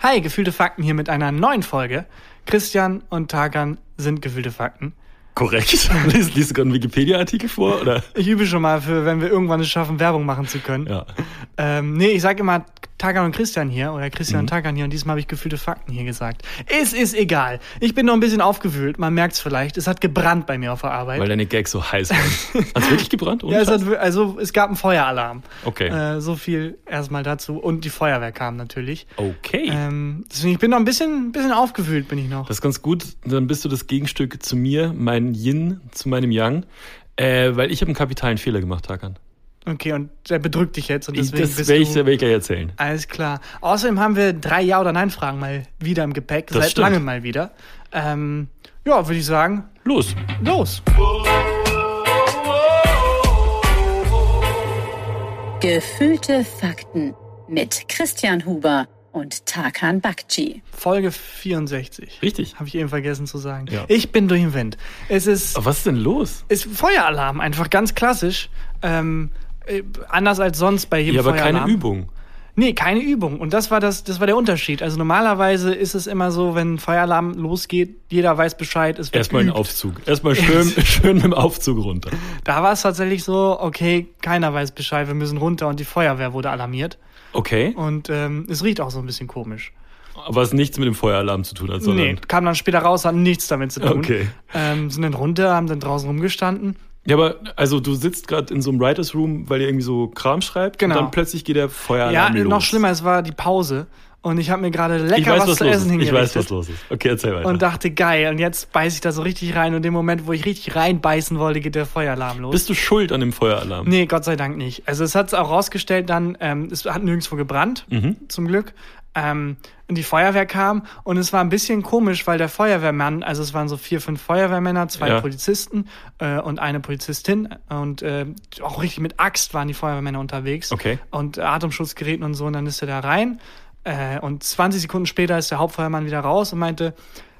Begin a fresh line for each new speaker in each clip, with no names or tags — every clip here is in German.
Hi, gefühlte Fakten hier mit einer neuen Folge. Christian und Tarkan sind gefühlte Fakten.
Korrekt. Lies- Liest du gerade einen Wikipedia-Artikel vor? Oder?
Ich übe schon mal für, wenn wir irgendwann es schaffen, Werbung machen zu können.
Ja.
Ähm, nee, ich sage immer Tarkan und Christian hier oder Christian
Mhm.
und Tarkan hier und diesmal habe ich gefühlte Fakten hier gesagt. Es ist egal. Ich bin noch ein bisschen aufgewühlt, man merkt es vielleicht. Es hat gebrannt bei mir auf der Arbeit.
Weil deine Gags so heiß waren. Hat's wirklich gebrannt? Ohne
ja, es
Scheiß?
hat, wir- also es gab einen Feueralarm.
Okay.
Äh, so viel erstmal dazu. Und die Feuerwehr kam natürlich.
okay.
Ähm, deswegen, ich bin noch ein bisschen, ein bisschen aufgewühlt, bin ich noch.
Das ist ganz gut. Dann bist du das Gegenstück zu mir, mein Yin zu meinem Yang. Äh, weil ich habe einen kapitalen Fehler gemacht, Hakan.
Okay, und der bedrückt dich jetzt und
Das
deswegen bist
werde ich,
du.
werd ich gleich erzählen.
Alles klar. Außerdem haben wir drei Ja- oder Nein-Fragen mal wieder im Gepäck.
Das
Seit
stimmt.
lange mal wieder. Ähm, ja, würde ich sagen,
Los.
los.
Gefühlte Fakten mit Christian Huber und Tarkan Bakci.
Folge 64.
Richtig.
Habe ich eben vergessen zu sagen.
Ja. Oh.
Ich bin durch den Wind. Es ist,
Aber was ist denn los?
ist Feueralarm, einfach ganz klassisch. Ähm, äh, anders als sonst bei jedem
Ja, aber
Feueralarm.
keine Übung.
Nee, keine Übung. Und das war das, das war der Unterschied. Also normalerweise ist es immer so, wenn ein Feueralarm losgeht, jeder weiß Bescheid, es wird
Erstmal ein
geübt.
Aufzug. Erstmal schön, schön mit dem Aufzug runter.
Da war es tatsächlich so, okay, keiner weiß Bescheid, wir müssen runter und die Feuerwehr wurde alarmiert.
Okay.
Und ähm, es riecht auch so ein bisschen komisch.
Aber es hat nichts mit dem Feueralarm zu tun hat, sondern.
nee, kam dann später raus, hat nichts damit zu tun.
Okay.
Ähm, sind dann runter, haben dann draußen rumgestanden.
Ja, aber also du sitzt gerade in so einem Writers Room, weil ihr irgendwie so Kram schreibt
Genau.
und dann plötzlich geht der
Ja,
Feueralarm los.
noch schlimmer, es war die Pause. Und ich habe mir gerade lecker
Ich weiß, was,
zu
los
essen
ist. Ich
hingerichtet.
weiß, was los ist. Okay, erzähl weiter.
Und dachte, geil. Und jetzt beiß ich da so richtig rein. Und in dem Moment, wo ich richtig reinbeißen wollte, geht der Feueralarm los.
Bist du schuld an dem Feueralarm?
Nee, Gott sei Dank nicht. Also es hat es auch rausgestellt, dann, ähm, es hat nirgendwo gebrannt,
Mhm.
zum Glück. Ähm, und die Feuerwehr kam und es war ein bisschen komisch, weil der Feuerwehrmann, also es waren so vier, fünf Feuerwehrmänner, zwei
Ja.
Polizisten äh, und eine Polizistin und äh, auch richtig mit Axt waren die Feuerwehrmänner unterwegs
Okay.
und Atemschutzgeräten und so und dann ist er da rein äh, und 20 Sekunden später ist der Hauptfeuermann wieder raus und meinte,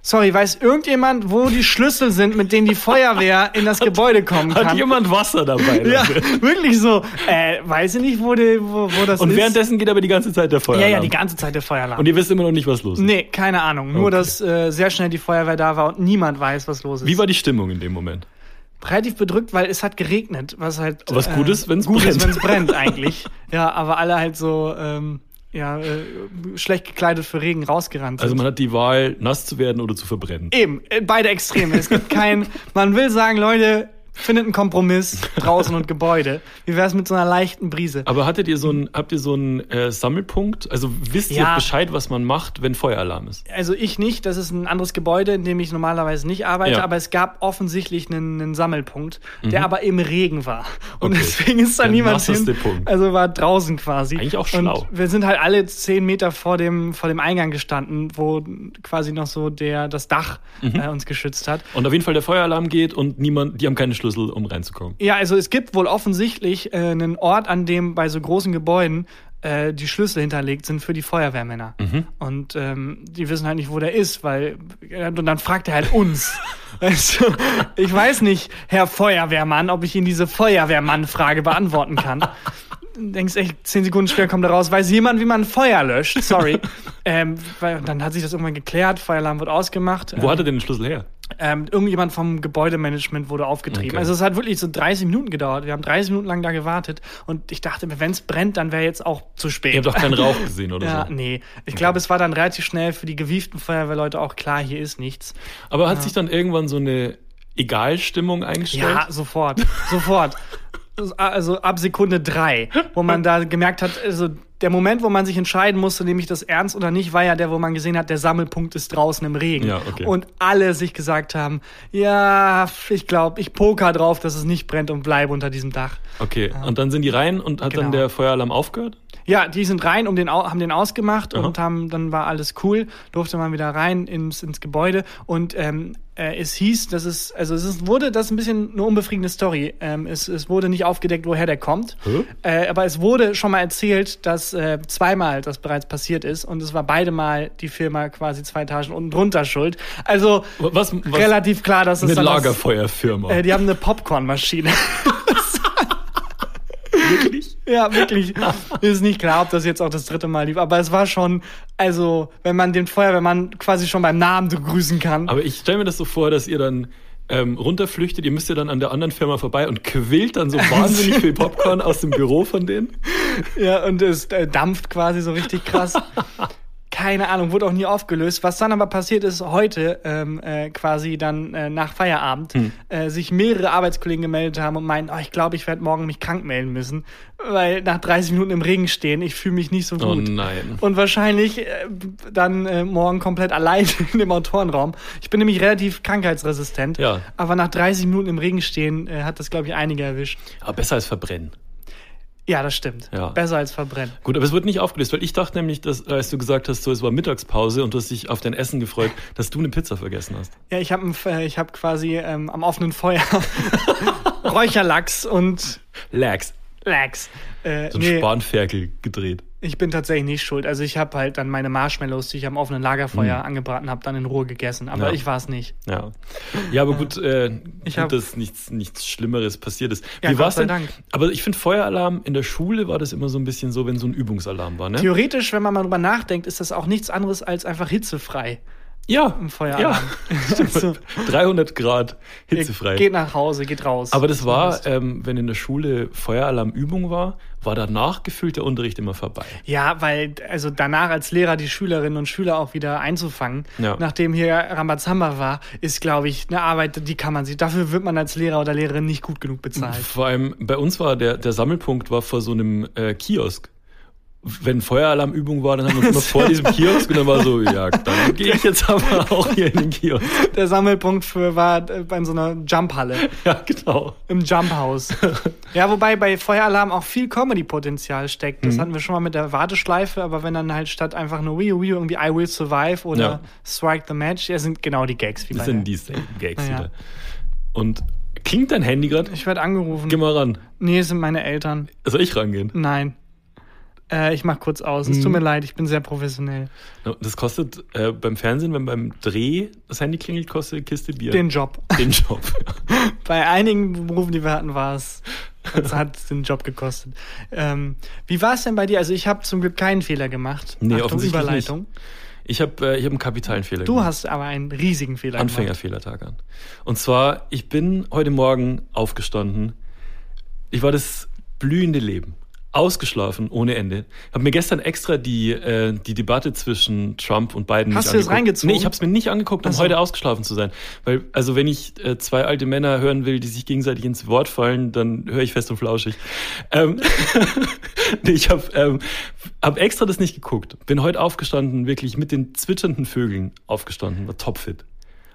sorry, weiß irgendjemand, wo die Schlüssel sind, mit denen die Feuerwehr in das Gebäude kommen kann?
Hat jemand Wasser dabei?
Ja, wirklich so. Äh, weiß ich nicht, wo, die, wo, wo das
Und
ist.
währenddessen geht aber die ganze Zeit der
ja,
Feueralarm.
ja, die ganze Zeit der Feueralarm.
Und ihr wisst immer noch nicht, was los ist.
nee, keine Ahnung. Nur,
Okay.
dass äh, sehr schnell die Feuerwehr da war und niemand weiß, was los ist.
Wie war die Stimmung in dem Moment?
Relativ bedrückt, weil es hat geregnet. Was halt.
Was gut ist, wenn's
gut
brennt.
ist, wenn es brennt, eigentlich. ja, aber alle halt so. Ähm, ja, äh, schlecht gekleidet für Regen rausgerannt sind.
Also man hat die Wahl, nass zu werden oder zu verbrennen.
Eben, äh, beide Extreme. Es gibt kein, man will sagen, Leute, findet einen Kompromiss draußen und Gebäude. Wie wär's mit so einer leichten Brise?
Aber hattet ihr so einen, habt ihr so einen äh, Sammelpunkt? Also wisst
Ja.
ihr Bescheid, was man macht, wenn Feueralarm ist?
Also ich nicht, das ist ein anderes Gebäude, in dem ich normalerweise nicht arbeite,
Ja. Mhm.
aber es gab offensichtlich einen, einen Sammelpunkt, der aber im Regen war. Und
Okay.
deswegen ist da
Der
niemand hin.
nasseste Punkt.
Also war draußen quasi.
Eigentlich auch schlau.
Und wir sind halt alle zehn Meter vor dem, vor dem Eingang gestanden, wo quasi noch so der, das Dach
Mhm.
äh, uns geschützt hat.
Und auf jeden Fall der Feueralarm geht und niemand, die haben keine Schlüssel, um reinzukommen.
Ja, also es gibt wohl offensichtlich äh, einen Ort, an dem bei so großen Gebäuden äh, die Schlüssel hinterlegt sind für die Feuerwehrmänner. Und ähm, die wissen halt nicht, wo der ist, weil äh, und dann fragt er halt uns. also, ich weiß nicht, Herr Feuerwehrmann, ob ich Ihnen diese Feuerwehrmann-Frage beantworten kann. Denkst echt, zehn Sekunden später kommt er raus, weiß jemand, wie man Feuer löscht, sorry. ähm, weil, und dann hat sich das irgendwann geklärt, Feueralarm wird ausgemacht.
Wo hat er denn den Schlüssel her?
Ähm, irgendjemand vom Gebäudemanagement wurde aufgetrieben.
Okay.
Also es hat wirklich so 30 Minuten gedauert. Wir haben 30 Minuten lang da gewartet und ich dachte mir, wenn es brennt, dann wäre jetzt auch zu spät.
Ihr habt doch keinen Rauch gesehen oder
ja,
so.
nee. Ich glaube, es war dann relativ schnell für die gewieften Feuerwehrleute auch klar, hier ist nichts.
Aber hat sich dann irgendwann so eine Egal-Stimmung eingestellt?
Ja, sofort. Sofort. Also ab Sekunde drei, wo man da gemerkt hat, also der Moment, wo man sich entscheiden musste, nehme ich das ernst oder nicht, war ja der, wo man gesehen hat, der Sammelpunkt ist draußen im Regen.
Ja, okay.
Und alle sich gesagt haben, ja, ich glaube, ich poker drauf, dass es nicht brennt und bleibe unter diesem Dach.
Okay, und dann sind die rein und hat dann
Genau.
der Feueralarm aufgehört?
Ja, die sind rein, um den, au- haben den ausgemacht
Aha.
und haben, dann war alles cool, durfte man wieder rein ins, ins Gebäude und ähm, äh, es hieß, dass es, also es ist, wurde, das ist ein bisschen eine unbefriedigende Story, ähm, es, es wurde nicht aufgedeckt, woher der kommt,
Hä?
äh, aber es wurde schon mal erzählt, dass äh, zweimal das bereits passiert ist und es war beide Mal die Firma quasi zwei Etagen unten drunter schuld, also
Was, was
relativ klar, dass es
eine
dann das-
Lagerfeuerfirma?
äh, die haben eine Popcornmaschine.
wirklich?
Ja, wirklich. Ist nicht klar, ob das jetzt auch das dritte Mal lief, aber es war schon, also, wenn man den Feuerwehrmann quasi schon beim Namen begrüßen kann.
Aber ich stelle mir das so vor, dass ihr dann ähm, runterflüchtet, ihr müsst ja dann an der anderen Firma vorbei und quillt dann so wahnsinnig viel Popcorn aus dem Büro von denen.
Ja, und es äh, dampft quasi so richtig krass. Keine Ahnung, wurde auch nie aufgelöst. Was dann aber passiert ist, heute ähm, äh, quasi dann äh, nach Feierabend
Hm.
äh, sich mehrere Arbeitskollegen gemeldet haben und meinen, oh, ich glaube, ich werde morgen mich krank melden müssen, weil nach 30 Minuten im Regen stehen, ich fühle mich nicht so gut.
Oh nein.
Und wahrscheinlich äh, dann äh, morgen komplett allein in dem Autorenraum. Ich bin nämlich relativ krankheitsresistent.
Ja.
Aber nach 30 Minuten im Regen stehen äh, hat das, glaube ich, einige erwischt.
Aber besser als verbrennen.
Ja, das stimmt.
Ja.
Besser als verbrennen.
Gut, aber es wird nicht aufgelöst, weil ich dachte nämlich, dass, als du gesagt hast, so, es war Mittagspause und du hast dich auf dein Essen gefreut, dass du eine Pizza vergessen hast.
Ja, ich habe ich hab quasi ähm, am offenen Feuer Räucherlachs und
Lags.
Lachs. Äh,
So ein
nee,
Spanferkel gedreht.
ich bin tatsächlich nicht schuld. Also ich habe halt dann meine Marshmallows, die ich am offenen Lagerfeuer angebraten habe, dann in Ruhe gegessen. Aber
Hm. Ja.
ich war es nicht.
Ja. Ja, aber gut, äh,
Ich hab-
gut dass nichts, nichts Schlimmeres passiert ist.
Ja,
Wie
Gott
war's
sei
denn?
Dank.
Aber ich finde, Feueralarm in der Schule war das immer so ein bisschen so, wenn so ein Übungsalarm war, ne?
Theoretisch, wenn man mal drüber nachdenkt, ist das auch nichts anderes als einfach hitzefrei.
Ja.
Ein Feueralarm. Also,
Ja. Stimmt. 300 Grad hitzefrei.
Geht nach Hause, geht raus.
aber das war,
Zumindest.
ähm, wenn in der Schule Feueralarmübung war, war danach gefühlt der Unterricht immer vorbei.
Ja, weil also danach als Lehrer die Schülerinnen und Schüler auch wieder einzufangen,
Ja.
nachdem hier Rambazamba war, ist, glaube ich, eine Arbeit, die kann man sich. Dafür wird man als Lehrer oder Lehrerin nicht gut genug bezahlt.
Vor allem bei uns war der, der Sammelpunkt war vor so einem äh, Kiosk. Wenn Feueralarmübung war, dann haben wir uns immer vor diesem Kiosk und dann war so, ja, dann gehe ich jetzt aber auch hier in den Kiosk.
Der Sammelpunkt für war äh, bei so einer Jumphalle,
Ja, genau.
im Jumphaus. ja, wobei bei Feueralarm auch viel Comedy-Potenzial steckt.
Mhm.
Das hatten wir schon mal mit der Warteschleife, aber wenn dann halt statt einfach nur Wii Wii irgendwie I Will Survive oder
Ja.
Strike the Match, ja, sind genau die Gags wie bei
Das sind
der-
dieselben Gags
Ja.
wieder. Und klingt dein Handy gerade?
Ich werde angerufen.
Geh mal ran.
nee, es sind meine Eltern.
Soll ich rangehen?
Nein. Äh, ich mach kurz aus. Es tut
Mhm.
mir leid, ich bin sehr professionell.
Na, Das kostet äh, beim Fernsehen, wenn beim Dreh das Handy klingelt, kostet eine Kiste Bier.
Den Job.
Den Job.
Bei einigen Berufen, die wir hatten, war es. Es hat es den Job gekostet. Ähm, wie war es denn bei dir? Also ich habe zum Glück keinen Fehler gemacht.
Nee,
Achtung,
offensichtlich
Überleitung.
Ich habe äh, ich hab einen kapitalen Fehler
Du
gemacht.
hast aber einen riesigen Fehler gemacht.
Anfängerfehlertag an. Und zwar, ich bin heute Morgen aufgestanden. Ich war das blühende Leben. Ausgeschlafen ohne Ende. Habe mir gestern extra die, äh, die Debatte zwischen Trump und Biden
Hast
nicht
du das
angeguckt.
reingezogen?
Nee, ich habe es mir nicht angeguckt, um
Ach so.
heute ausgeschlafen zu sein. Weil, also wenn ich äh, zwei alte Männer hören will, die sich gegenseitig ins Wort fallen, dann höre ich fest und flauschig. Ähm, Nee, ich habe ähm, hab extra das nicht geguckt. Bin heute aufgestanden, wirklich mit den zwitschernden Vögeln aufgestanden, war topfit.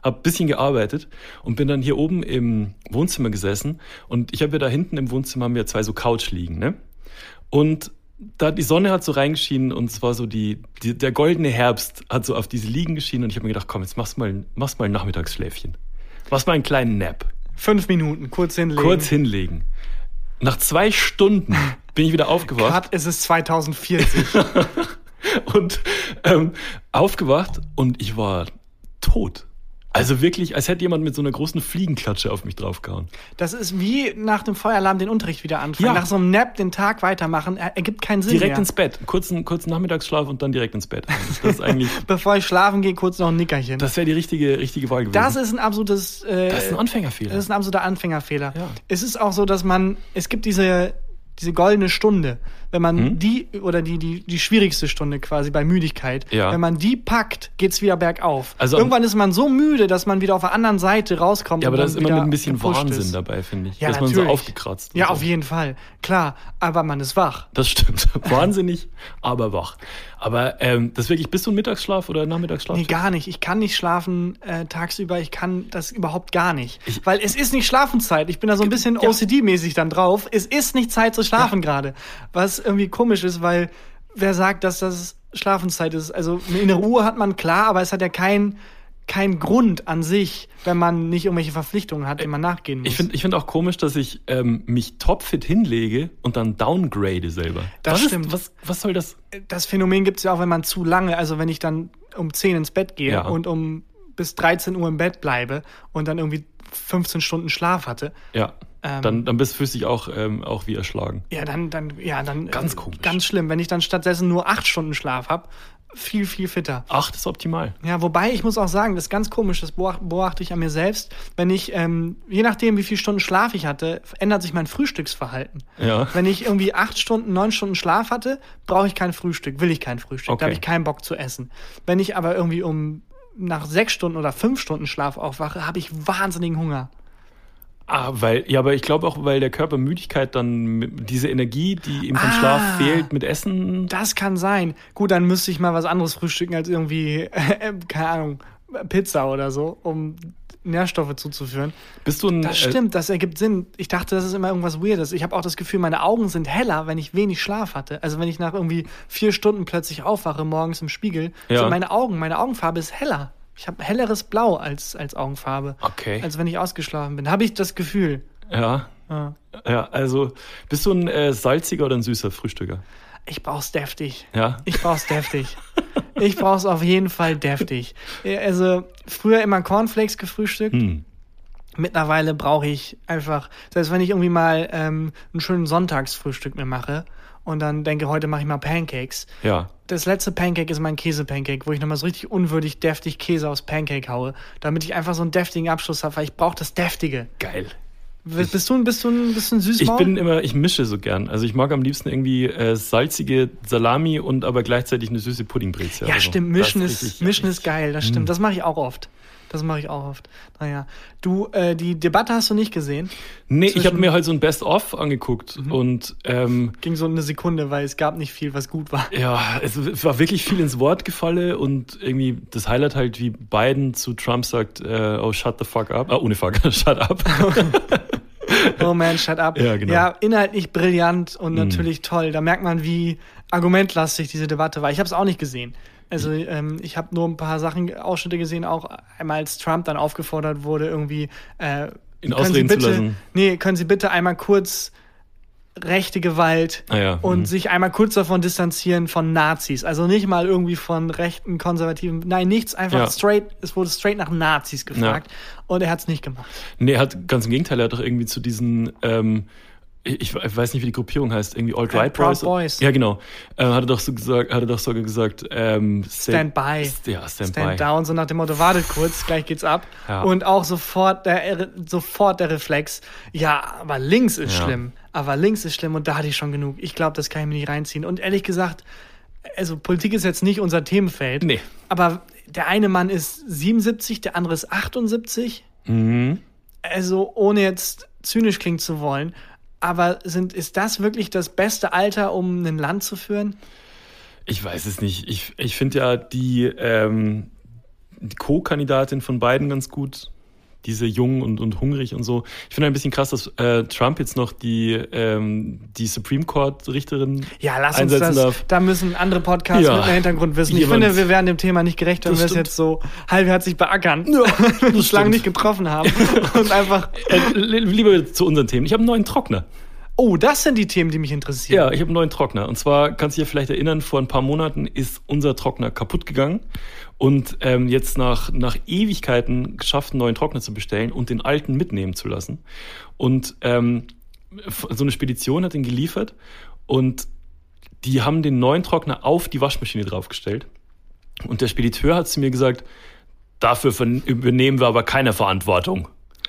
Hab ein bisschen gearbeitet und bin dann hier oben im Wohnzimmer gesessen. Und ich habe ja da hinten im Wohnzimmer haben wir zwei so Couch liegen, ne? Und da die Sonne hat so reingeschienen und es war so die, die der goldene Herbst hat so auf diese Liegen geschienen und ich habe mir gedacht, komm, jetzt machst mal, machst mal ein Nachmittagsschläfchen. Machst mal einen kleinen Nap.
Fünf Minuten, kurz hinlegen.
Kurz hinlegen. Nach zwei Stunden bin ich wieder aufgewacht.
Grad ist es 2040.
und ähm, aufgewacht und ich war tot. Also wirklich, als hätte jemand mit so einer großen Fliegenklatsche auf mich draufgehauen.
Das ist wie nach dem Feueralarm den Unterricht wieder anfangen.
Ja.
Nach so einem Nap den Tag weitermachen. Er- Ergibt keinen Sinn
Direkt
mehr.
ins Bett. Kurzen, kurzen Nachmittagsschlaf und dann direkt ins Bett. Also Das ist eigentlich,
Bevor ich schlafen gehe, kurz noch ein Nickerchen.
das wäre die richtige, richtige Wahl gewesen.
Das ist ein absolutes. Äh,
Das ist ein Anfängerfehler.
Das ist ein absoluter Anfängerfehler.
Ja.
Es ist auch so, dass man, es gibt diese, diese goldene Stunde, wenn man
Hm?
die, oder die, die, die schwierigste Stunde quasi bei Müdigkeit,
Ja.
wenn man die packt, geht's wieder bergauf.
Also-
Irgendwann ist man so müde, dass man wieder auf der anderen Seite rauskommt.
ja, aber
und
da
dann
ist immer
wieder
mit ein bisschen
gepusht
Wahnsinn
ist.
dabei, finde ich.
Ja,
dass
natürlich.
man so aufgekratzt und
Ja,
so.
auf jeden Fall. Klar, aber man ist wach.
Das stimmt. Wahnsinnig, aber wach. Aber ähm, das wirklich, bist du ein Mittagsschlaf oder Nachmittagsschlaf?
Nee, gar nicht. Ich kann nicht schlafen äh, tagsüber. Ich kann das überhaupt gar nicht. Weil es ist nicht Schlafenszeit. Ich bin da so ein bisschen OCD-mäßig dann drauf. Es ist nicht Zeit zu schlafen gerade. Was irgendwie komisch ist, weil wer sagt, dass das Schlafenszeit ist? Also eine innere Ruhe hat man klar, aber es hat ja keinen kein Grund an sich, wenn man nicht irgendwelche Verpflichtungen hat, denen man nachgehen muss.
Äh, Ich finde ich find auch komisch, dass ich ähm, mich topfit hinlege und dann downgrade selber.
Das
was
stimmt.
Ist, was, was soll das?
das Phänomen gibt es ja auch, wenn man zu lange, also wenn ich dann um 10 ins Bett gehe
Ja.
und um bis 13 Uhr im Bett bleibe und dann irgendwie 15 Stunden Schlaf hatte,
Ja.
Ähm,
Dann, dann bist, fühlst du dich auch, ähm, auch wie erschlagen.
ja, dann, dann, ja, dann.
Ganz
äh,
komisch.
Ganz schlimm. Wenn ich dann stattdessen nur acht Stunden Schlaf habe, viel, viel fitter.
Acht ist optimal.
Ja, wobei ich muss auch sagen, das ist ganz komisch, das beobacht- beobachte ich an mir selbst. Wenn ich, ähm, je nachdem, wie viele Stunden Schlaf ich hatte, ändert sich mein Frühstücksverhalten.
Ja.
Wenn ich irgendwie acht Stunden, neun Stunden Schlaf hatte, brauche ich kein Frühstück, will ich kein Frühstück,
Okay.
da habe ich keinen Bock zu essen. Wenn ich aber irgendwie um nach sechs Stunden oder fünf Stunden Schlaf aufwache, habe ich wahnsinnigen Hunger.
Ah, weil, ja, aber ich glaube auch, weil der Körper Müdigkeit dann mit- diese Energie, die ihm vom
Ah.
Schlaf fehlt, mit Essen.
Das kann sein. Gut, dann müsste ich mal was anderes frühstücken als irgendwie, äh, keine Ahnung, Pizza oder so, um Nährstoffe zuzuführen.
Bist du ein. äh,
Das stimmt, das ergibt Sinn. Ich dachte, das ist immer irgendwas Weirdes. Ich habe auch das Gefühl, meine Augen sind heller, wenn ich wenig Schlaf hatte. Also wenn ich nach irgendwie vier Stunden plötzlich aufwache, morgens im Spiegel,
Ja.
sind meine Augen, meine Augenfarbe ist heller. Ich habe helleres Blau als, als Augenfarbe.
Okay.
Als wenn ich ausgeschlafen bin. Habe ich das Gefühl.
Äh, ja.
Ja.
Ja, also bist du ein äh, salziger oder ein süßer Frühstücker?
Ich brauch's deftig.
Ja.
Ich brauch's deftig. Ich brauch's auf jeden Fall deftig. Also früher immer Cornflakes gefrühstückt.
Hm.
Mittlerweile brauche ich einfach, selbst wenn ich irgendwie mal ähm, einen schönen Sonntagsfrühstück mir mache und dann denke, heute mache ich mal Pancakes.
Ja.
Das letzte Pancake ist mein Käse-Pancake, wo ich nochmal so richtig unwürdig deftig Käse aufs Pancake haue, damit ich einfach so einen deftigen Abschluss habe, weil ich brauche das Deftige.
Geil.
W- Bist du, ein- bist du ein bisschen süß?
Ich bin immer, ich mische so gern. Also ich mag am liebsten irgendwie äh, salzige Salami und aber gleichzeitig eine süße Puddingbrezel.
Ja,
oder so.
stimmt. Mischen,
Das
ist,
richtig- Mhm.
Mischen ist geil, das stimmt. Das mache ich auch oft. Das mache ich auch oft. Naja. Du, äh, die Debatte hast du nicht gesehen.
Nee, ich habe
zwischen- Mhm.
mir halt so ein Best-of angeguckt und ähm,
Ging so eine Sekunde, weil es gab nicht viel, was gut war.
ja, es war wirklich viel ins Wort gefallen und irgendwie das Highlight halt, wie Biden zu Trump sagt, äh, oh, shut the fuck up. Ah, ohne fuck, shut up.
Oh man, shut up.
Ja, genau. Mhm.
ja inhaltlich brillant und natürlich toll. Da merkt man, wie argumentlastig diese Debatte war. Ich habe es auch nicht gesehen. Also
Mhm.
ähm, ich habe nur ein paar Sachen, Ausschnitte gesehen, auch einmal als Trump dann aufgefordert wurde, irgendwie äh,
Ihn
können
ausreden
Sie
zu
bitte,
lassen.
Nee, können Sie bitte einmal kurz rechte Gewalt
Ah ja,
und
mhm.
sich einmal kurz davon distanzieren von Nazis. Also nicht mal irgendwie von rechten, konservativen, nein, nichts, einfach
Ja.
straight, es wurde straight nach Nazis gefragt und er hat es nicht gemacht.
Nee, er hat ganz im Gegenteil, er hat doch irgendwie zu diesen, ähm, ich, ich weiß nicht, wie die Gruppierung heißt, irgendwie
Äh,
Alt-Right
Proud
Boys.
Boys.
Ja, genau. Äh, hat er doch so gesagt, hat er doch sogar gesagt, ähm, stay-
Stand by.
St- Ja, stand, by.
Stand down, so nach dem Motto, wartet kurz, gleich geht's ab.
Ja.
Und auch sofort der, sofort der Reflex, ja, aber links ist
Ja.
schlimm. Aber links ist schlimm und da hatte ich schon genug. Ich glaube, das kann ich mir nicht reinziehen. Und ehrlich gesagt, also Politik ist jetzt nicht unser Themenfeld.
Nee.
Aber der eine Mann ist 77, der andere ist 78.
Mhm.
Also ohne jetzt zynisch klingen zu wollen. Aber sind, ist das wirklich das beste Alter, um ein Land zu führen?
Ich weiß es nicht. Ich, ich finde ja die, ähm, die Co-Kandidatin von Biden ganz gut. Diese jung und, und hungrig und so. Ich finde ein bisschen krass, dass äh, Trump jetzt noch die, ähm, die Supreme Court-Richterin
Ja, lass uns das.
einsetzen darf.
Da müssen andere Podcasts
Ja.
mit mehr Hintergrund wissen. Ich
Jemand-
finde, wir wären dem Thema nicht gerecht, wenn
Das
wir es
stimmt.
jetzt so halbherzig beackern.
das
wenn wir es lange
stimmt.
nicht getroffen haben. Und einfach,
Äh, li- lieber zu unseren Themen. Ich habe einen neuen Trockner.
oh, das sind die Themen, die mich interessieren.
Ja, ich habe einen neuen Trockner. Und zwar kannst du dich vielleicht erinnern, vor ein paar Monaten ist unser Trockner kaputt gegangen. Und ähm, jetzt nach, nach Ewigkeiten geschafft, einen neuen Trockner zu bestellen und den alten mitnehmen zu lassen. Und ähm, f- so eine Spedition hat ihn geliefert und die haben den neuen Trockner auf die Waschmaschine draufgestellt. Und der Spediteur hat zu mir gesagt, dafür ver- übernehmen wir aber keine Verantwortung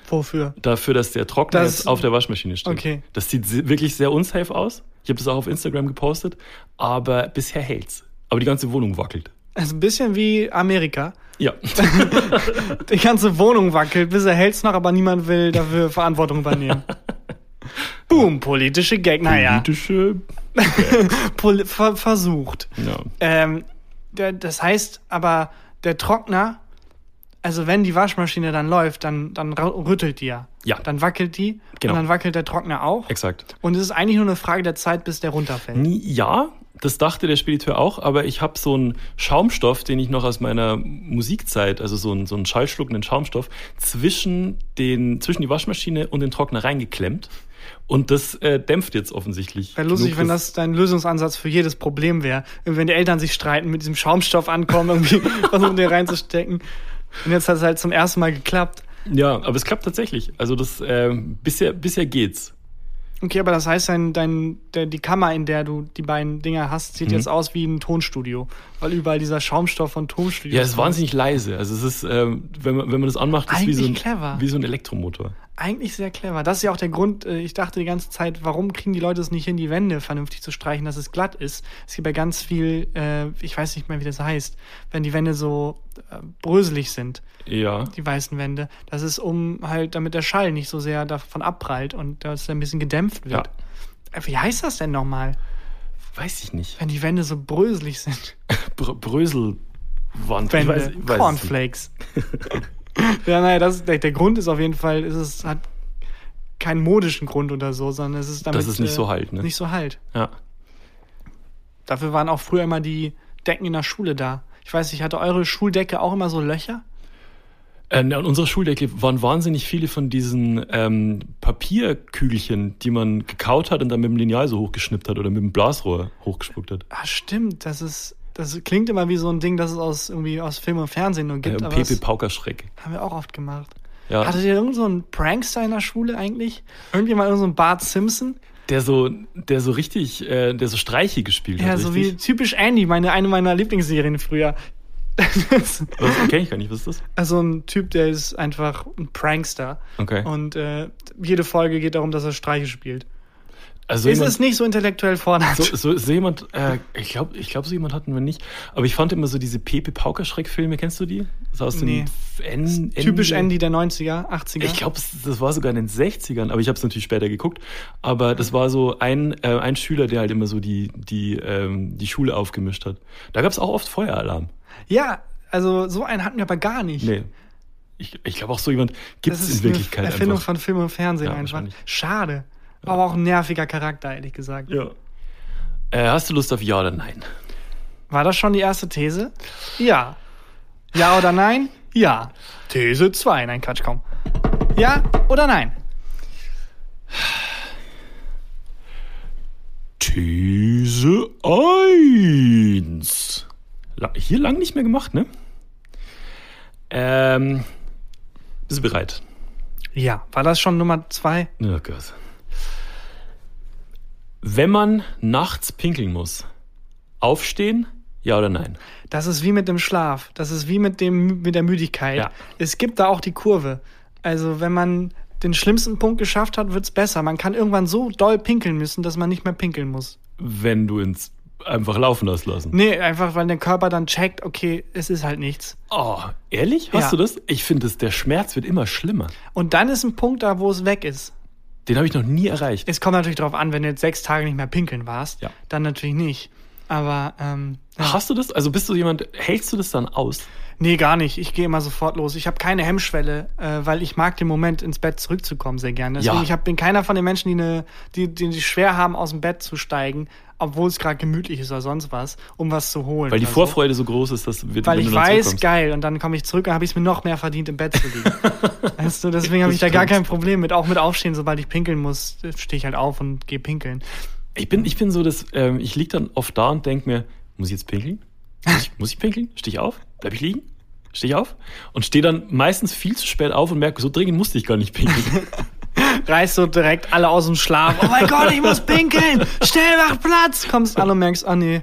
Wofür?
dafür, dass der Trockner
Das-
jetzt auf der Waschmaschine steht.
Okay.
Das sieht se- wirklich sehr unsafe aus. Ich habe das auch auf Instagram gepostet, aber bisher hält's. Aber die ganze Wohnung wackelt.
Also ein bisschen wie Amerika.
Ja,
Die ganze Wohnung wackelt, bis er hält's noch, aber niemand will dafür Verantwortung übernehmen. Boom, politische Gag. Naja,
politische.
poli ver versucht.
Ja.
Ähm, der, das heißt aber, der Trockner, also wenn die Waschmaschine dann läuft, dann, dann ra- rüttelt die ja.
Ja.
Dann wackelt die
Genau.
und dann wackelt der Trockner auch.
Exakt.
Und es ist eigentlich nur eine Frage der Zeit, bis der runterfällt.
Nie- Ja, das dachte der Spediteur auch, aber ich habe so einen Schaumstoff, den ich noch aus meiner Musikzeit, also so einen, so einen schallschluckenden Schaumstoff, zwischen, den, zwischen die Waschmaschine und den Trockner reingeklemmt. Und das äh, dämpft jetzt offensichtlich.
Wäre lustig,
genug,
wenn
dass-
das dein Lösungsansatz für jedes Problem wäre. Wenn die Eltern sich streiten, mit diesem Schaumstoff ankommen, irgendwie versuchen den reinzustecken. Und jetzt hat es halt zum ersten Mal geklappt.
Ja, aber es klappt tatsächlich. Also das ähm, bisher, bisher geht's.
Okay, aber das heißt, dein, dein, der, die Kammer, in der du die beiden Dinger hast, sieht
Mhm.
jetzt aus wie ein Tonstudio, weil überall dieser Schaumstoff von Tonstudio
Ja, es ist wahnsinnig leise. Also es ist, ähm, wenn, man, wenn man das anmacht, ist wie so, ein,
Eigentlich clever.
wie so ein Elektromotor.
Eigentlich sehr clever. Das ist ja auch der Grund, äh, ich dachte die ganze Zeit, warum kriegen die Leute es nicht hin, die Wände vernünftig zu streichen, dass es glatt ist. Es gibt ja ganz viel, äh, ich weiß nicht mehr, wie das heißt, wenn die Wände so äh, bröselig sind,
Ja.
die weißen Wände. Das ist um halt, damit der Schall nicht so sehr davon abprallt und dass er ein bisschen gedämpft wird. Äh, Wie heißt das denn nochmal,
Weiß ich nicht.
wenn die Wände so bröselig sind?
Br Bröselwand. Ich
Wände,
weiß, ich weiß es nicht.
Cornflakes. ja, naja, das, der, der Grund ist auf jeden Fall, ist es hat keinen modischen Grund oder so, sondern es ist damit äh,
Dass es nicht so halt, ne?
Nicht so halt.
Ja.
Dafür waren auch früher immer die Decken in der Schule da. Ich weiß nicht, hatte eure Schuldecke auch immer so Löcher?
Äh, An unserer Schuldecke waren wahnsinnig viele von diesen ähm, Papierkügelchen, die man gekaut hat und dann mit dem Lineal so hochgeschnippt hat oder mit dem Blasrohr hochgespuckt hat.
Ah, stimmt, das ist das klingt immer wie so ein Ding, das es aus irgendwie aus Film und Fernsehen nur
Äh,
gibt, aber
Pepe
das
Paukerschreck.
haben wir auch oft gemacht.
Ja.
Hattet ihr irgend so einen Prankster in der Schule eigentlich? Irgendjemand irgend so einen Bart Simpson?
Der so, der so richtig, äh, der so Streiche gespielt
Ja,
hat.
so wie
Halt richtig?
typisch Andy, meine eine meiner Lieblingsserien früher. Das-
Was kenn ich gar nicht, was ist das?
also ein Typ, der ist einfach ein Prankster.
Okay.
Und äh, jede Folge geht darum, dass er Streiche spielt.
Also
ist
jemand-
es nicht so intellektuell fordernd?
So, so, so jemand, äh, ich glaube, ich glaub, so jemand hatten wir nicht. Aber ich fand immer so diese Pepe Paukerschreck-Filme, kennst du die? So aus
Nee.
den F- N,
Typisch
Ende-
Andy der 90er, 80er.
Ich glaube, das war sogar in den 60ern, aber ich habe es natürlich später geguckt. Aber das war so ein, äh, ein Schüler, der halt immer so die, die, ähm, die Schule aufgemischt hat. Da gab es auch oft Feueralarm.
ja, also so einen hatten wir aber gar nicht.
Nee. Ich, ich glaube auch so jemand gibt
das
es
ist
in
eine
Wirklichkeit
Erfindung
einfach.
von Film und Fernsehen
Ja,
einfach.
wahrscheinlich.
Schade. Aber auch ein nerviger Charakter, ehrlich gesagt.
Ja. Äh, hast du Lust auf Ja oder Nein?
War das schon die erste These? Ja. Ja oder nein? Ja. These 2. Nein, Quatsch, komm. Ja oder nein?
These 1. Hier lang nicht mehr gemacht, ne? Ähm, bist du bereit?
Ja. War das schon Nummer 2?
Oh Gott. Wenn man nachts pinkeln muss, aufstehen, ja oder nein?
Das ist wie mit dem Schlaf. Das ist wie mit, dem, mit der Müdigkeit.
Ja.
Es gibt da auch die Kurve. Also, wenn man den schlimmsten Punkt geschafft hat, wird's besser. Man kann irgendwann so doll pinkeln müssen, dass man nicht mehr pinkeln muss.
Wenn du ins einfach laufen hast lassen.
Nee, einfach weil der Körper dann checkt, okay, es ist halt nichts.
Oh, ehrlich? Hast
Ja.
du das? Ich finde, dass der Schmerz wird immer schlimmer.
Und dann ist ein Punkt da, wo es weg ist.
Den habe ich noch nie erreicht.
Es kommt natürlich drauf an, wenn du jetzt sechs Tage nicht mehr pinkeln warst,
Ja.
dann natürlich nicht. Aber ähm, ja.
Hast du das? Also bist du jemand, hältst du das dann aus?
nee, gar nicht. Ich gehe immer sofort los. Ich habe keine Hemmschwelle, äh, weil ich mag den Moment, ins Bett zurückzukommen, sehr gerne. Deswegen
Ja.
ich hab, bin keiner von den Menschen, die, ne, die, die, die schwer haben, aus dem Bett zu steigen, obwohl es gerade gemütlich ist oder sonst was, um was zu holen.
Weil die
oder
Vorfreude so groß ist, dass wir
So. Weil
wenn
ich
du dann
weiß,
zurückkommst.
geil, und dann komme ich zurück und habe ich es mir noch mehr verdient, im Bett zu liegen. weißt du, deswegen habe ich da gar
stimmt.
kein Problem mit. Auch mit Aufstehen, sobald ich pinkeln muss, stehe ich halt auf und gehe pinkeln.
Ich bin, ich bin so, dass ähm, ich lieg dann oft da und denk mir, muss ich jetzt pinkeln? Muss ich, muss ich pinkeln? Steh ich auf? Bleib ich liegen? Steh ich auf? Und stehe dann meistens viel zu spät auf und merke, so dringend musste ich gar nicht pinkeln.
reißt so direkt alle aus dem Schlaf. Oh mein Gott, ich muss pinkeln! Schnell mach Platz! Kommst an und merkst, ah nee,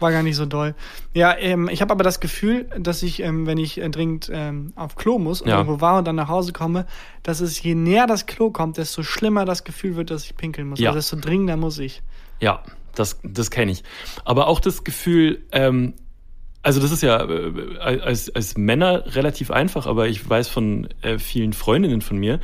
war gar nicht so doll. Ja, ähm, ich habe aber das Gefühl, dass ich, ähm, wenn ich äh, dringend ähm, auf Klo muss und
Ja.
irgendwo war und dann nach Hause komme, dass es je näher das Klo kommt, desto schlimmer das Gefühl wird, dass ich pinkeln muss.
Ja.
Also desto dringender muss ich.
ja, das, das kenne ich. Aber auch das Gefühl, ähm, also das ist ja äh, als, als Männer relativ einfach, aber ich weiß von äh, vielen Freundinnen von mir,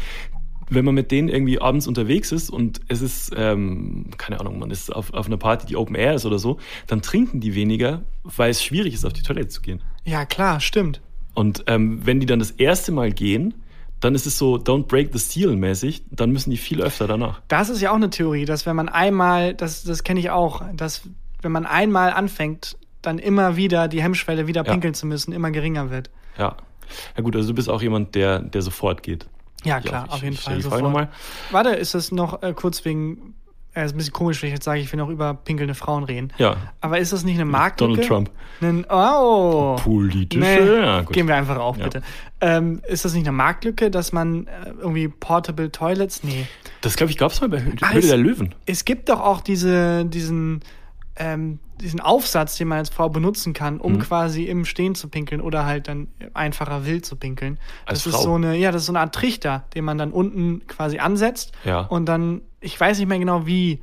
wenn man mit denen irgendwie abends unterwegs ist und es ist, ähm, keine Ahnung, man ist auf, auf einer Party, die Open Air ist oder so, dann trinken die weniger, weil es schwierig ist, auf die Toilette zu gehen.
Ja, klar, stimmt.
Und ähm, wenn die dann das erste Mal gehen, dann ist es so Don't Break the Seal mäßig, dann müssen die viel öfter danach.
Das ist ja auch eine Theorie, dass wenn man einmal, das, das kenne ich auch, dass wenn man einmal anfängt, dann immer wieder die Hemmschwelle, wieder
Ja.
pinkeln zu müssen, immer geringer wird.
Ja. Ja gut, also du bist auch jemand, der, der sofort geht.
Ja,
Ich
klar,
auch. Ich-
auf jeden
ich
Fall.
stell die Frage
sofort.
nochmal.
Warte, ist das noch äh, kurz wegen ja, ist ein bisschen komisch, wenn ich jetzt sage, ich will noch über pinkelnde Frauen reden.
Ja.
Aber ist das nicht eine Marktlücke?
Donald Trump.
Ein, oh.
Politische.
Nee,
Ja, gut.
gehen wir einfach auf,
Ja.
bitte. Ähm, ist das nicht eine Marktlücke, dass man äh, irgendwie Portable Toilets? Nee.
Das glaube ich gab es mal bei Hü-
Ah,
Höhle
es-
der Löwen.
Es gibt doch auch diese, diesen, ähm, diesen Aufsatz, den man als Frau benutzen kann,
Mhm.
um quasi im Stehen zu pinkeln oder halt dann einfacher wild zu pinkeln.
Als
das ist
Frau?
so eine, ja, das ist so eine Art Trichter, den man dann unten quasi ansetzt.
Ja.
Und dann, ich weiß nicht mehr genau wie,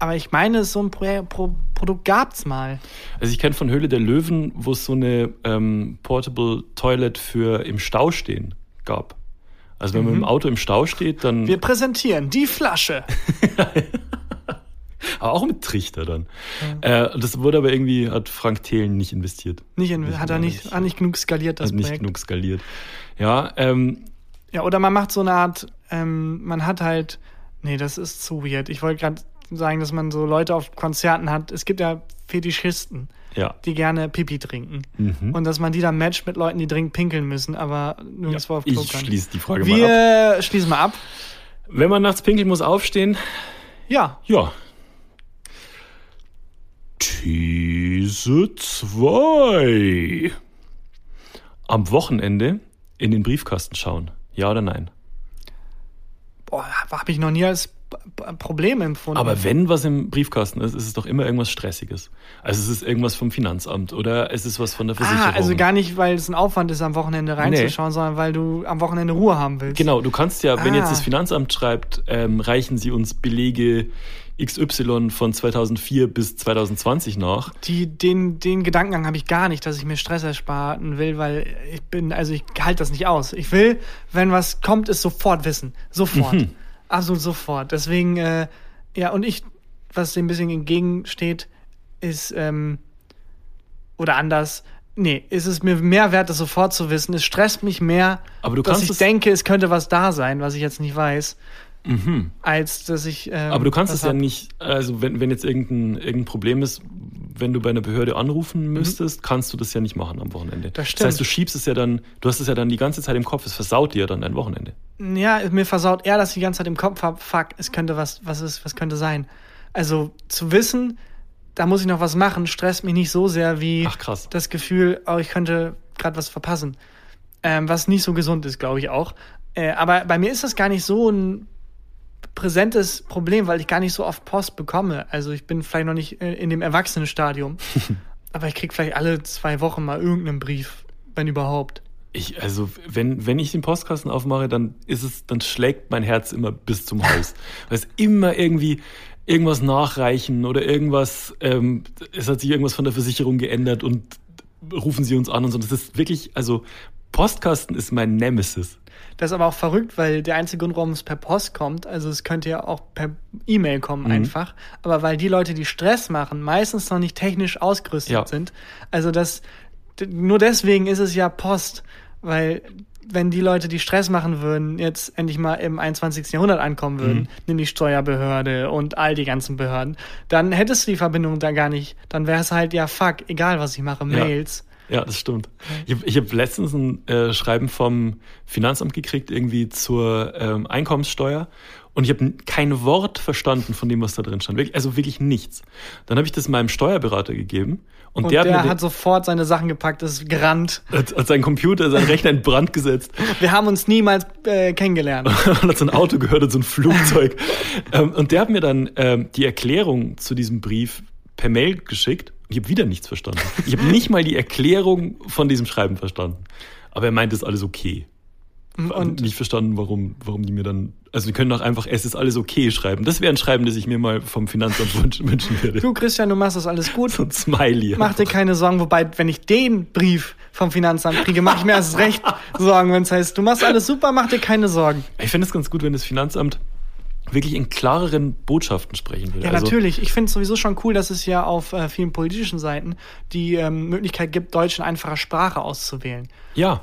aber ich meine, so ein Pro Pro Produkt gab's mal.
Also ich kenne von Höhle der Löwen, wo es so eine ähm, Portable Toilet für im Stau stehen gab. Also wenn man im Auto im Stau steht, dann
Wir präsentieren die Flasche.
aber auch mit Trichter dann. Äh, das wurde aber irgendwie hat Frank Thelen nicht investiert,
Nicht in, hat er nicht,
Nicht-
hat nicht genug skaliert, das
also nicht
Projekt.
genug skaliert. Ja, ähm,
Ja, oder man macht so eine Art, ähm, man hat halt, nee, das ist zu weird. Ich wollte gerade sagen, dass man so Leute auf Konzerten hat. Es gibt ja Fetischisten,
ja.
die gerne Pipi trinken.
Mhm.
Und dass man die dann matcht mit Leuten, die dringend pinkeln müssen, aber nirgendwo auf Klo
Ich
kann.
schließe die Frage mal ab.
Wir schließen mal ab.
Wenn man nachts pinkeln muss, aufstehen.
Ja,
Ja. These 2. Am Wochenende in den Briefkasten schauen. Ja oder nein?
boah, habe ich noch nie als P- P- Problem empfunden.
Aber wenn was im Briefkasten ist, ist es doch immer irgendwas Stressiges. Also es ist irgendwas vom Finanzamt oder es ist was von der Versicherung.
Ah, also gar nicht, weil es ein Aufwand ist, am Wochenende reinzuschauen, sondern weil du am Wochenende Ruhe haben willst.
Genau, du kannst ja, wenn
Ah.
jetzt das Finanzamt schreibt, ähm, reichen sie uns Belege XY von 2004 bis 2020 nach.
Die, den, den Gedankengang habe ich gar nicht, dass ich mir Stress ersparen will, weil ich bin, also ich halte das nicht aus. Ich will, wenn was kommt, es sofort wissen. Sofort.
Mhm.
Absolut sofort. Deswegen, äh, ja, und ich, was dem ein bisschen entgegensteht, ist, ähm, oder anders, nee, ist es mir mehr wert, das sofort zu wissen. Es stresst mich mehr,
Aber du
dass
kannst
ich
es-
denke, es könnte was da sein, was ich jetzt nicht weiß, als dass ich. ähm,
Mhm. Aber du kannst
was
es ja
hab.
nicht, also wenn, wenn jetzt irgendein, irgendein Problem ist, wenn du bei einer Behörde anrufen müsstest, kannst du das ja nicht machen am Wochenende.
Das
Mhm. das heißt,
stimmt.
du schiebst es ja dann, du hast es ja dann die ganze Zeit im Kopf, es versaut dir dann dein Wochenende.
Ja, mir versaut eher, dass ich die ganze Zeit im Kopf hab, fuck, es könnte was, was ist, was könnte sein. Also zu wissen, da muss ich noch was machen, stresst mich nicht so sehr wie
Ach, krass.
das Gefühl, oh, ich könnte gerade was verpassen. Ähm, was nicht so gesund ist, glaube ich auch. Äh, aber bei mir ist das gar nicht so ein präsentes Problem, weil ich gar nicht so oft Post bekomme. Also ich bin vielleicht noch nicht äh, in dem Erwachsenenstadium. aber ich krieg vielleicht alle zwei Wochen mal irgendeinen Brief, wenn überhaupt.
Ich, also, wenn, wenn ich den Postkasten aufmache, dann ist es, dann schlägt mein Herz immer bis zum Haus. Weil es immer irgendwie irgendwas nachreichen oder irgendwas, ähm, es hat sich irgendwas von der Versicherung geändert und rufen sie uns an und so. Das ist wirklich, also Postkasten ist mein Nemesis.
Das ist aber auch verrückt, weil der einzige Grund, warum es per Post kommt, also es könnte ja auch per E-Mail kommen
Mhm.
einfach, aber weil die Leute, die Stress machen, meistens noch nicht technisch ausgerüstet
Ja.
sind. Also das, d- nur deswegen ist es ja Post, weil wenn die Leute, die Stress machen würden, jetzt endlich mal im 21. Jahrhundert ankommen würden,
Mhm.
nämlich Steuerbehörde und all die ganzen Behörden, dann hättest du die Verbindung da gar nicht. Dann wäre es halt, ja, fuck, egal was ich mache,
Ja.
Mails.
Ja, das stimmt. Ich habe ich hab letztens ein äh, Schreiben vom Finanzamt gekriegt, irgendwie zur ähm, Einkommenssteuer. Und ich habe kein Wort verstanden von dem, was da drin stand. Wirklich, also wirklich nichts. Dann habe ich das meinem Steuerberater gegeben. Und,
Und
der,
der,
hat, mir den-
hat sofort seine Sachen gepackt, ist gerannt.
hat, hat seinen Computer, seinen Rechner in Brand gesetzt.
Wir haben uns niemals äh, kennengelernt.
und hat so ein Auto gehört und so ein Flugzeug. ähm, und der hat mir dann ähm, die Erklärung zu diesem Brief per Mail geschickt. Ich habe wieder nichts verstanden. Ich habe nicht mal die Erklärung von diesem Schreiben verstanden. Aber er meint, es ist alles okay. Und
Mhm, Und
nicht verstanden, warum, warum die mir dann. Also die können doch einfach, es ist alles okay schreiben. Das wäre ein Schreiben, das ich mir mal vom Finanzamt wünsch- wünschen würde.
du, Christian, du machst das alles gut.
So ein Smiley.
Mach dir keine Sorgen, wobei, wenn ich den Brief vom Finanzamt kriege, mache ich mir erst recht Sorgen, wenn es heißt, du machst alles super, mach dir keine Sorgen.
Ich finde es ganz gut, wenn das Finanzamt wirklich in klareren Botschaften sprechen würde.
Ja,
Also,
natürlich. Ich finde es sowieso schon cool, dass es ja auf äh, vielen politischen Seiten die ähm, Möglichkeit gibt, Deutsch in einfacher Sprache auszuwählen.
Ja.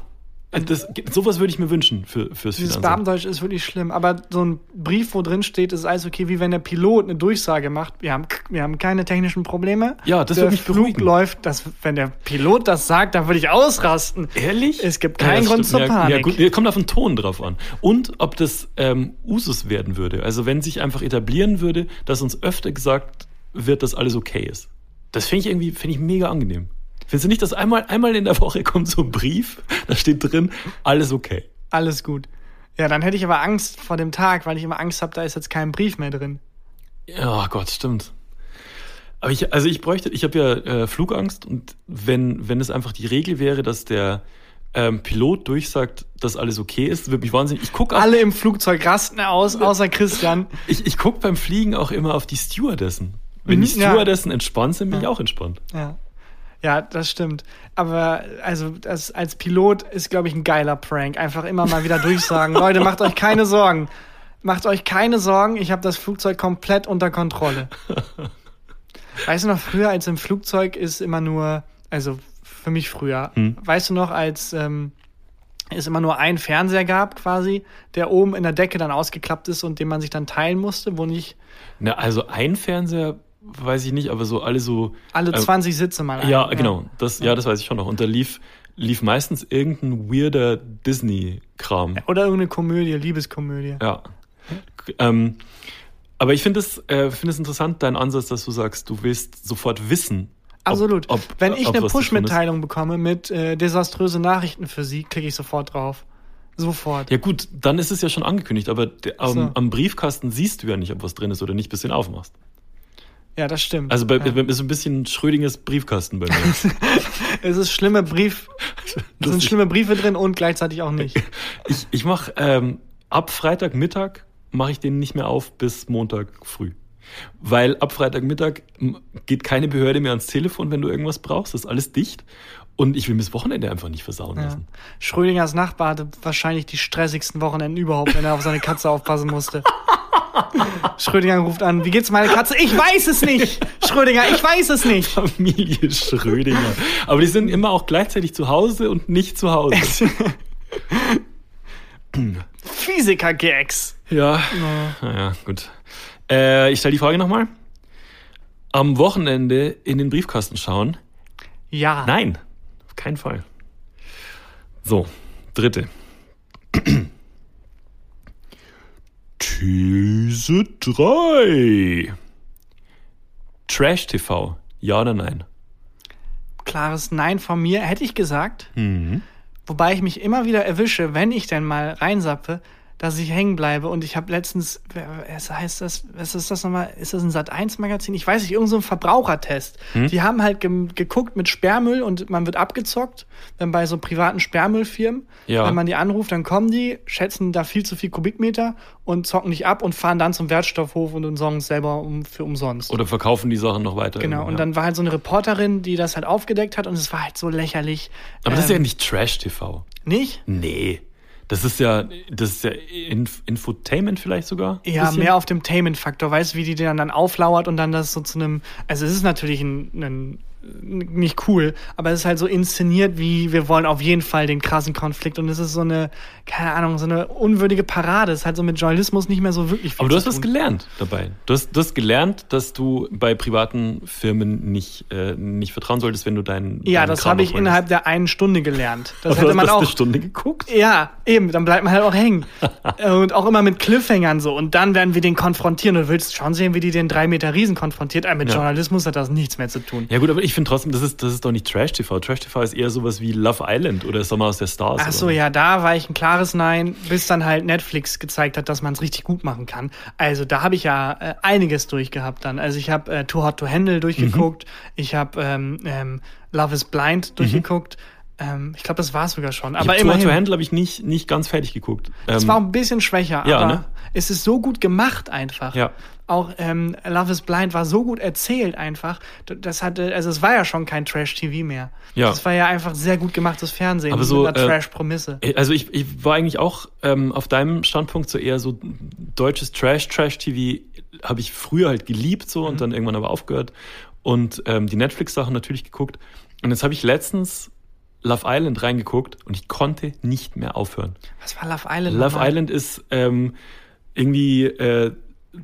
Also Das, sowas würde ich mir wünschen für, fürs
Dieses
Finanzamt.
Beamtendeutsch ist wirklich schlimm, aber so ein Brief, wo drin steht, ist alles okay, wie wenn der Pilot eine Durchsage macht, wir haben, wir haben keine technischen Probleme.
Ja, das
der
würde mich
Flug
beruhigen.
läuft, das, wenn der Pilot das sagt, dann würde ich ausrasten.
Ehrlich?
Es gibt
Ja,
keinen
das
Grund
stimmt.
zur
ja,
Panik.
Ja, gut, ja, kommt auf den Ton drauf an. Und ob das ähm, Usus werden würde. Also wenn sich einfach etablieren würde, dass uns öfter gesagt wird, dass alles okay ist. Das finde ich irgendwie, finde ich mega angenehm. Findest du nicht, dass einmal, einmal in der Woche kommt so ein Brief, da steht drin, alles okay.
Alles gut. Ja, dann hätte ich aber Angst vor dem Tag, weil ich immer Angst habe, da ist jetzt kein Brief mehr drin.
Ja, oh Gott, stimmt. Aber ich, also ich bräuchte, ich habe ja äh, Flugangst und wenn, wenn es einfach die Regel wäre, dass der ähm, Pilot durchsagt, dass alles okay ist, würde mich wahnsinnig. Ich gucke
Alle im Flugzeug rasten aus, außer Christian.
Ich, ich gucke beim Fliegen auch immer auf die Stewardessen. Wenn die
Mhm, ja.
Stewardessen entspannt sind, bin ich auch entspannt.
Ja. Ja, das stimmt. Aber also das, als Pilot ist, glaube ich, ein geiler Prank. Einfach immer mal wieder durchsagen. Leute, macht euch keine Sorgen. Macht euch keine Sorgen, ich habe das Flugzeug komplett unter Kontrolle. Weißt du noch, früher als im Flugzeug ist immer nur, also für mich früher, weißt du noch, als ähm, es immer nur einen Fernseher gab quasi, der oben in der Decke dann ausgeklappt ist und den man sich dann teilen musste, wo nicht
Na, also ein Fernseher weiß ich nicht, aber so alle so.
alle
äh,
20 Sitze mal ein-
Ja, genau. Das, ja, das weiß ich schon noch. Und da lief, lief meistens irgendein weirder Disney-Kram.
Oder irgendeine Komödie, Liebeskomödie.
Ja. Ähm, aber ich finde es äh, find es interessant, dein Ansatz, dass du sagst, du willst sofort wissen. ob-
Absolut.
ob-
Wenn ich
ob
eine
was davon ist.
Push-Mitteilung bekomme mit äh, desaströse Nachrichten für Sie, klicke ich sofort drauf. Sofort.
Ja, gut, dann ist es ja schon angekündigt, aber der, am,
So.
am Briefkasten siehst du ja nicht, ob was drin ist oder nicht, bis du ihn aufmachst.
Ja, das stimmt.
Also bei,
ja.
ist ein bisschen Schrödingers Briefkasten bei mir.
es ist schlimme Brief, es sind
Lustig.
schlimme Briefe drin und gleichzeitig auch nicht.
ich ich mache ähm, ab Freitagmittag mache ich den nicht mehr auf bis Montag früh. Weil ab Freitagmittag m, geht keine Behörde mehr ans Telefon, wenn du irgendwas brauchst. Das ist alles dicht. Und ich will mir das Wochenende einfach nicht versauen
Ja.
lassen.
Schrödingers Nachbar hatte wahrscheinlich die stressigsten Wochenenden überhaupt, wenn er auf seine Katze aufpassen musste. Schrödinger ruft an, wie geht's meine Katze? Ich weiß es nicht! Schrödinger, ich weiß es nicht!
Familie Schrödinger. Aber die sind immer auch gleichzeitig zu Hause und nicht zu Hause.
Physiker-Gags!
Ja, naja, gut. Äh, ich stelle die Frage nochmal. Am Wochenende in den Briefkasten schauen.
Ja.
Nein, auf keinen Fall. So, dritte. These 3. Trash TV. Ja oder nein?
klares Nein von mir, hätte ich gesagt. Wobei ich mich immer wieder erwische, wenn ich denn mal reinsappe, dass ich hängen bleibe. Und ich habe letztens, es heißt das, was ist das nochmal? Ist das ein Sat1-Magazin? Ich weiß nicht, irgend so ein Verbrauchertest. Die haben halt ge geguckt mit Sperrmüll und man wird abgezockt, wenn bei so privaten Sperrmüllfirmen,
Ja.
wenn man die anruft, dann kommen die, schätzen da viel zu viel Kubikmeter und zocken dich ab und fahren dann zum Wertstoffhof und entsorgen es selber um, für umsonst.
Oder verkaufen die Sachen noch weiter?
Genau,
irgendwo,
und
ja.
dann war halt so eine Reporterin, die das halt aufgedeckt hat und es war halt so lächerlich.
Aber das ist ja
Ähm,
nicht Trash TV.
nicht.
Nee. Das ist ja, das ist ja Inf Infotainment vielleicht sogar. ein
Ja,
bisschen?
mehr auf dem Tainment-Faktor, weißt du, wie die dann dann auflauert und dann das so zu einem, also es ist natürlich ein, ein, nicht cool, aber es ist halt so inszeniert, wie wir wollen auf jeden Fall den krassen Konflikt und es ist so eine, keine Ahnung, so eine unwürdige Parade, es hat so mit Journalismus nicht mehr so wirklich viel
Aber du hast
zu
was
tun.
gelernt dabei. Du hast, du hast gelernt, dass du bei privaten Firmen nicht, äh, nicht vertrauen solltest, wenn du deinen.
Ja,
deinen
das
Kram
habe ich
aufräumst.
innerhalb der einen Stunde gelernt. Das
Aber
hätte
du
man
hast eine
auch
Stunde geguckt.
Ja, eben, dann bleibt man halt auch hängen. und auch immer mit Cliffhangern so. Und dann werden wir den konfrontieren. Du willst schon sehen, wie die den drei Meter Riesen konfrontiert. Aber mit
Ja.
Journalismus hat das nichts mehr zu tun.
Ja, gut, aber ich finde trotzdem, das ist, das ist doch nicht Trash TV. Trash TV ist eher sowas wie Love Island oder Sommer aus der Stars.
Ach so,
oder?
ja, da war ich ein klares Nein, bis dann halt Netflix gezeigt hat, dass man es richtig gut machen kann. Also da habe ich ja äh, einiges durchgehabt dann. Also ich habe äh, Too Hot to Handle durchgeguckt,
Mhm.
ich habe ähm, ähm, Love is Blind durchgeguckt. Ähm, ich glaube, das war es sogar schon.
Mhm. Ich
Aber
hab Tour to
immerhin.
Handle habe ich nicht, nicht ganz fertig geguckt.
Es
Ähm,
war auch ein bisschen schwächer,
Ja,
aber
ne?
es ist so gut gemacht einfach.
Ja.
Auch ähm, Love is Blind war so gut erzählt einfach. D- Das hatte, also es war ja schon kein Trash-TV mehr.
Ja.
Das war ja einfach sehr gut gemachtes Fernsehen
Aber so,
mit einer
äh,
Trash-Promisse.
Also ich, ich war eigentlich auch ähm, auf deinem Standpunkt so eher so deutsches Trash, Trash-TV habe ich früher halt geliebt so
Mhm.
und dann irgendwann aber aufgehört und ähm, die Netflix-Sachen natürlich geguckt und jetzt habe ich letztens Love Island reingeguckt und ich konnte nicht mehr aufhören.
Was war Love Island?
Love
nochmal?
Island ist ähm, irgendwie äh,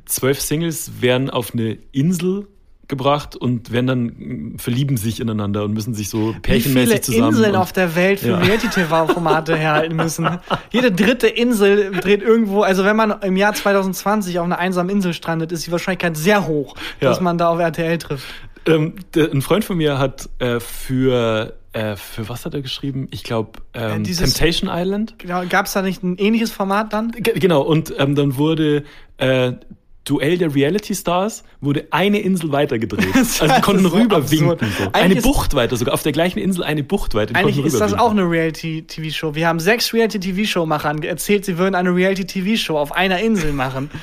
zwölf Singles werden auf eine Insel gebracht und werden dann äh, verlieben sich ineinander und müssen sich so
Wie viele
pärchenmäßig zusammen.
Inseln
und-
auf der Welt für
Ja.
Reality-TV-Formate herhalten müssen. ne? Jede dritte Insel dreht irgendwo, also wenn man im Jahr 2020 auf einer einsamen Insel strandet, ist die Wahrscheinlichkeit sehr hoch,
Ja.
dass man da auf RTL trifft.
ähm, der, ein Freund von mir hat äh, für äh, für was hat er geschrieben? Ich glaube ähm,
Äh, dieses-
Temptation Island.
Genau, Gab es da nicht ein ähnliches Format dann?
Ge- Genau, und ähm, dann wurde äh, Duell der Reality Stars wurde eine Insel weiter gedreht.
Das
also die konnten
ist so
rüberwinken.
absurd.
So. Eine
Eigentlich ist-
Bucht weiter, sogar auf der gleichen Insel eine Bucht weiter. Die
Eigentlich
konnten
ist das
rüberwinken.
auch eine Reality-TV-Show. Wir haben sechs Reality-TV-Show-Machern erzählt, sie würden eine Reality-TV-Show auf einer Insel machen.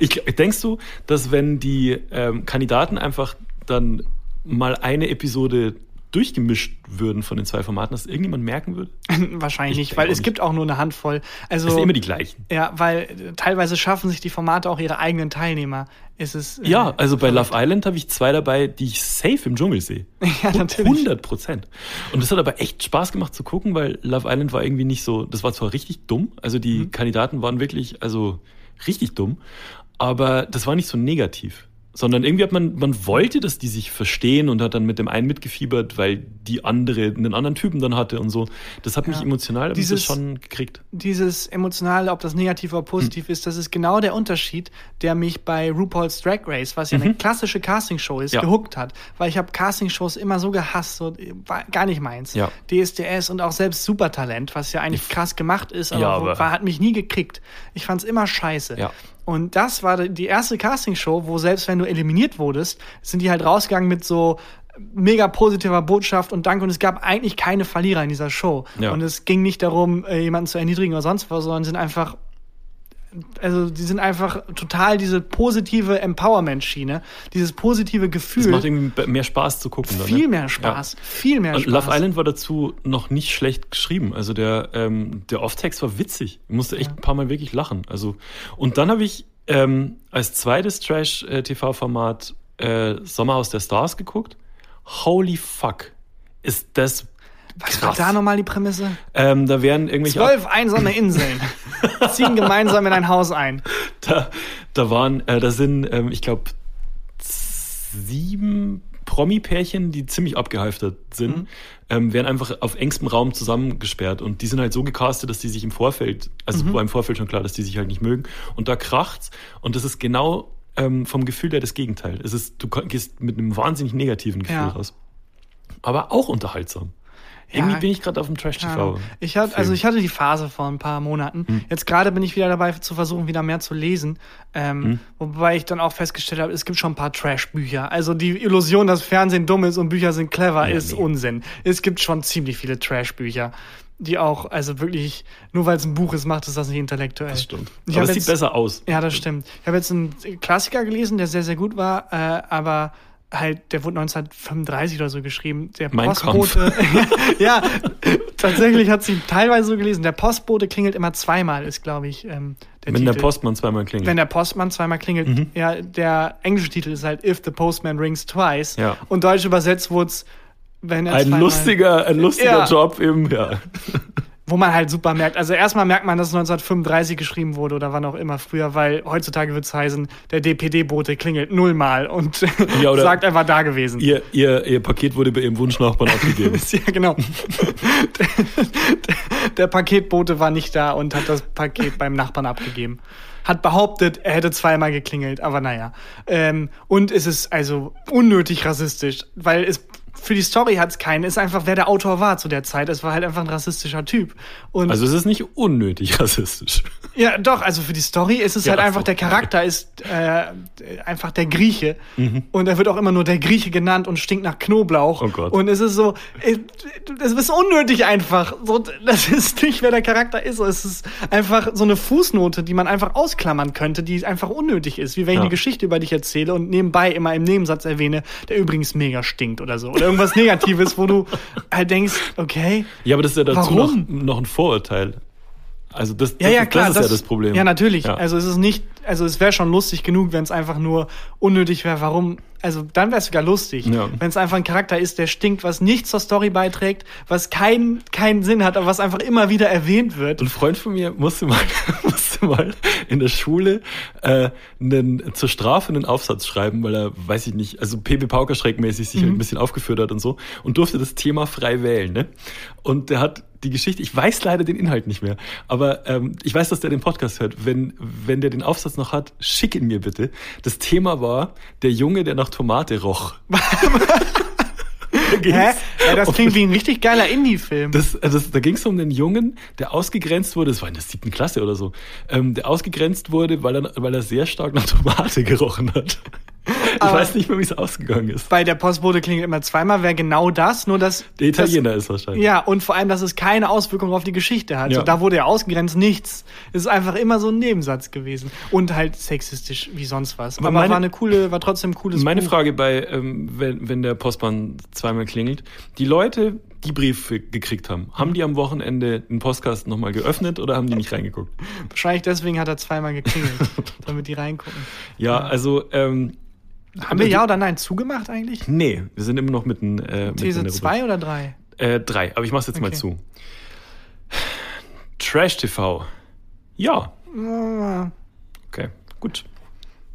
Ich, gl- denkst du, dass wenn die ähm, Kandidaten einfach dann mal eine Episode durchgemischt würden von den zwei Formaten, dass irgendjemand merken würde?
Wahrscheinlich
Ich
nicht,
denke
weil
auch
es
nicht.
gibt auch nur eine Handvoll. Also,
Das sind immer die gleichen.
ja, weil äh, teilweise schaffen sich die Formate auch ihre eigenen Teilnehmer. Es ist, äh,
Ja, also bei Love Island habe ich zwei dabei, die ich safe im Dschungel sehe.
Ja, natürlich.
100 Prozent. Und das hat aber echt Spaß gemacht zu gucken, weil Love Island war irgendwie nicht so, das war zwar richtig dumm, also die
Mhm.
Kandidaten waren wirklich, also richtig dumm, aber das war nicht so negativ. Sondern irgendwie hat man, man wollte, dass die sich verstehen und hat dann mit dem einen mitgefiebert, weil die andere einen anderen Typen dann hatte und so. Das hat mich
Ja.
emotional ein bisschen
Dieses-
schon gekriegt.
dieses emotionale, ob das negativ oder
Hm.
positiv ist, das ist genau der Unterschied, der mich bei RuPaul's Drag Race, was ja eine klassische Castingshow ist,
Mhm. Ja.
gehuckt hat. Weil ich habe Castingshows immer so gehasst, so, äh, war gar nicht meins.
Ja.
DSDS und auch selbst Supertalent, was ja eigentlich krass gemacht ist, aber,
Ja,
wo-
aber-
war, hat mich nie gekriegt. Ich fand's immer scheiße.
Ja.
Und das war die- die erste Castingshow, wo selbst wenn du eliminiert wurdest, sind die halt rausgegangen mit so mega positiver Botschaft und Dank und es gab eigentlich keine Verlierer in dieser Show.
Ja.
Und es ging nicht darum, äh, jemanden zu erniedrigen oder sonst was, sondern sind einfach, also die sind einfach total diese positive Empowerment-Schiene, dieses positive
Das macht
Gefühl,
irgendwie mehr Spaß zu gucken. dann, ne?
viel mehr Spaß,
Ja.
viel mehr
Und
Spaß.
Love Island war dazu noch nicht schlecht geschrieben. Also der, ähm, der Off-Text war witzig. Ich musste echt ein paar Mal wirklich lachen. Also, und dann habe ich ähm, als zweites Trash-TV-Format äh, Sommerhaus der Stars geguckt. Holy fuck. Ist das
was war
krass.
da nochmal die Prämisse?
ähm, da werden irgendwelche
Zwölf einsame Inseln ziehen gemeinsam in ein Haus ein.
da, da waren, äh, da sind, ähm, ich glaube, sieben Promi-Pärchen, die ziemlich abgehalftert sind,
Mhm.
ähm, werden einfach auf engstem Raum zusammengesperrt. Und die sind halt so gecastet, dass die sich im Vorfeld, also
Mhm.
war im Vorfeld schon klar, dass die sich halt nicht mögen. Und da kracht's. Und das ist genau ähm, vom Gefühl her das Gegenteil. Es ist, du kon- gehst mit einem wahnsinnig negativen Gefühl
Ja.
raus. Aber auch unterhaltsam.
Ja,
Irgendwie bin ich gerade auf dem
Keine Ahnung.
Trash-TV.
Ich hatte, also
Film. Hm.
ich hatte die Phase vor ein paar Monaten. Jetzt gerade bin ich wieder dabei zu versuchen, wieder mehr zu lesen. Ähm,
Hm.
Wobei ich dann auch festgestellt habe, es gibt schon ein paar Trash-Bücher. Also die Illusion, dass Fernsehen dumm ist und Bücher sind clever,
Ja,
ist
nee.
Unsinn. Es gibt schon ziemlich viele Trash-Bücher, die auch, also wirklich, nur weil es ein Buch ist, macht es das nicht intellektuell.
Das stimmt.
Ich
Aber
hab
es sieht
jetzt-
besser aus.
Ja, das stimmt. Ich habe jetzt einen Klassiker gelesen, der sehr, sehr gut war, äh, aber halt, der wurde 1935 oder so geschrieben. Der
Mein
Postbote. ja, tatsächlich hat sie teilweise so gelesen. Der Postbote klingelt immer zweimal, ist, glaube ich, ähm, der
Wenn
Titel.
der Mhm. Postmann zweimal klingelt.
Wenn der Postmann zweimal klingelt. Ja, der englische Titel ist halt If the Postman Rings Twice.
Ja.
Und deutsch übersetzt wurde es, wenn er
Ein
zweimal-
lustiger, ein lustiger
Ja.
Job im, ja.
Wo man halt super merkt. Also erstmal merkt man, dass es 1935 geschrieben wurde oder wann auch immer früher, weil heutzutage wird es heißen, der DPD-Bote klingelt nullmal und
Ja, oder-
sagt, er war da gewesen.
Ihr, ihr, ihr Paket wurde bei ihrem Wunschnachbarn abgegeben.
Ja, genau. der, der, der Paketbote war nicht da und hat das Paket beim Nachbarn abgegeben. Hat behauptet, er hätte zweimal geklingelt, aber naja. Ähm, und es ist also unnötig rassistisch, weil es für die Story hat es keinen. Es ist einfach, wer der Autor war zu der Zeit. Es war halt einfach ein rassistischer Typ. Und
Also es ist nicht unnötig rassistisch.
Ja, doch, also für die Story ist es
Ja,
halt
ach
einfach,
so.
der Charakter ist äh, einfach der Grieche. Und er wird auch immer nur der Grieche genannt und stinkt nach Knoblauch.
Mhm. Oh Gott.
Und es ist so, äh, es ist unnötig einfach. So, das ist nicht, wer der Charakter ist. Es ist einfach so eine Fußnote, die man einfach ausklammern könnte, die einfach unnötig ist. Wie wenn ich
Ja.
eine Geschichte über dich erzähle und nebenbei immer im Nebensatz erwähne, der übrigens mega stinkt oder so. Oder irgendwas Negatives, wo du halt denkst, okay,
Ja, aber das ist ja dazu noch,
Warum?
noch ein Vorurteil. Also das,
Ja,
das,
ja,
ist-
klar.
das ist ja das Problem.
Ja, natürlich.
Ja.
Also es ist nicht, also es wäre schon lustig genug, wenn es einfach nur unnötig wäre, warum, also dann wäre es sogar lustig,
Ja.
wenn es einfach ein Charakter ist, der stinkt, was nicht zur Story beiträgt, was keinen keinen Sinn hat, aber was einfach immer wieder erwähnt wird.
Ein Freund von mir musste mal, musste mal in der Schule äh, einen, zur Strafe einen Aufsatz schreiben, weil er, weiß ich nicht, also PB Pauker schrägmäßig
Mhm.
sich halt ein bisschen aufgeführt hat und so und durfte das Thema frei wählen. Ne? Und der hat die Geschichte, ich weiß leider den Inhalt nicht mehr, aber ähm, ich weiß, dass der den Podcast hört. Wenn, wenn der den Aufsatz noch hat, schick ihn mir bitte. Das Thema war der Junge, der nach Tomate roch. Da ging's
Hä? Ja, das
um-
klingt wie ein richtig geiler Indie-Film.
das, also das, da ging es um einen Jungen, der ausgegrenzt wurde, das war in der siebten Klasse oder so, ähm, der ausgegrenzt wurde, weil er, weil er sehr stark nach Tomate gerochen hat. Ich
Aber-
weiß nicht mehr, wie es ausgegangen ist.
Bei der Postbote klingelt immer zweimal, wäre genau das, nur dass.
Der Italiener ist
Das,
wahrscheinlich.
ja, und vor allem, dass es keine Auswirkung auf die Geschichte hat.
Ja.
So, da wurde ja ausgegrenzt nichts. Es ist einfach immer so ein Nebensatz gewesen. Und halt sexistisch wie sonst was. Aber,
meine-
war eine coole, war trotzdem ein cooles
Meine
Buch.
Frage bei, ähm, wenn, wenn der Postmann zweimal klingelt, die Leute, die Briefe gekriegt haben, haben die am Wochenende den Postkasten nochmal geöffnet oder haben die nicht reingeguckt?
Wahrscheinlich deswegen hat er zweimal geklingelt, damit die reingucken.
Ja, also, ähm,
Haben wir ja oder nein zugemacht eigentlich?
nee, wir sind immer noch mitten, äh, mitten in
These
der Rubrik.
2 oder 3?
Äh, drei, aber ich mach's jetzt mal
Okay.
zu. Trash TV. Ja. Okay, gut.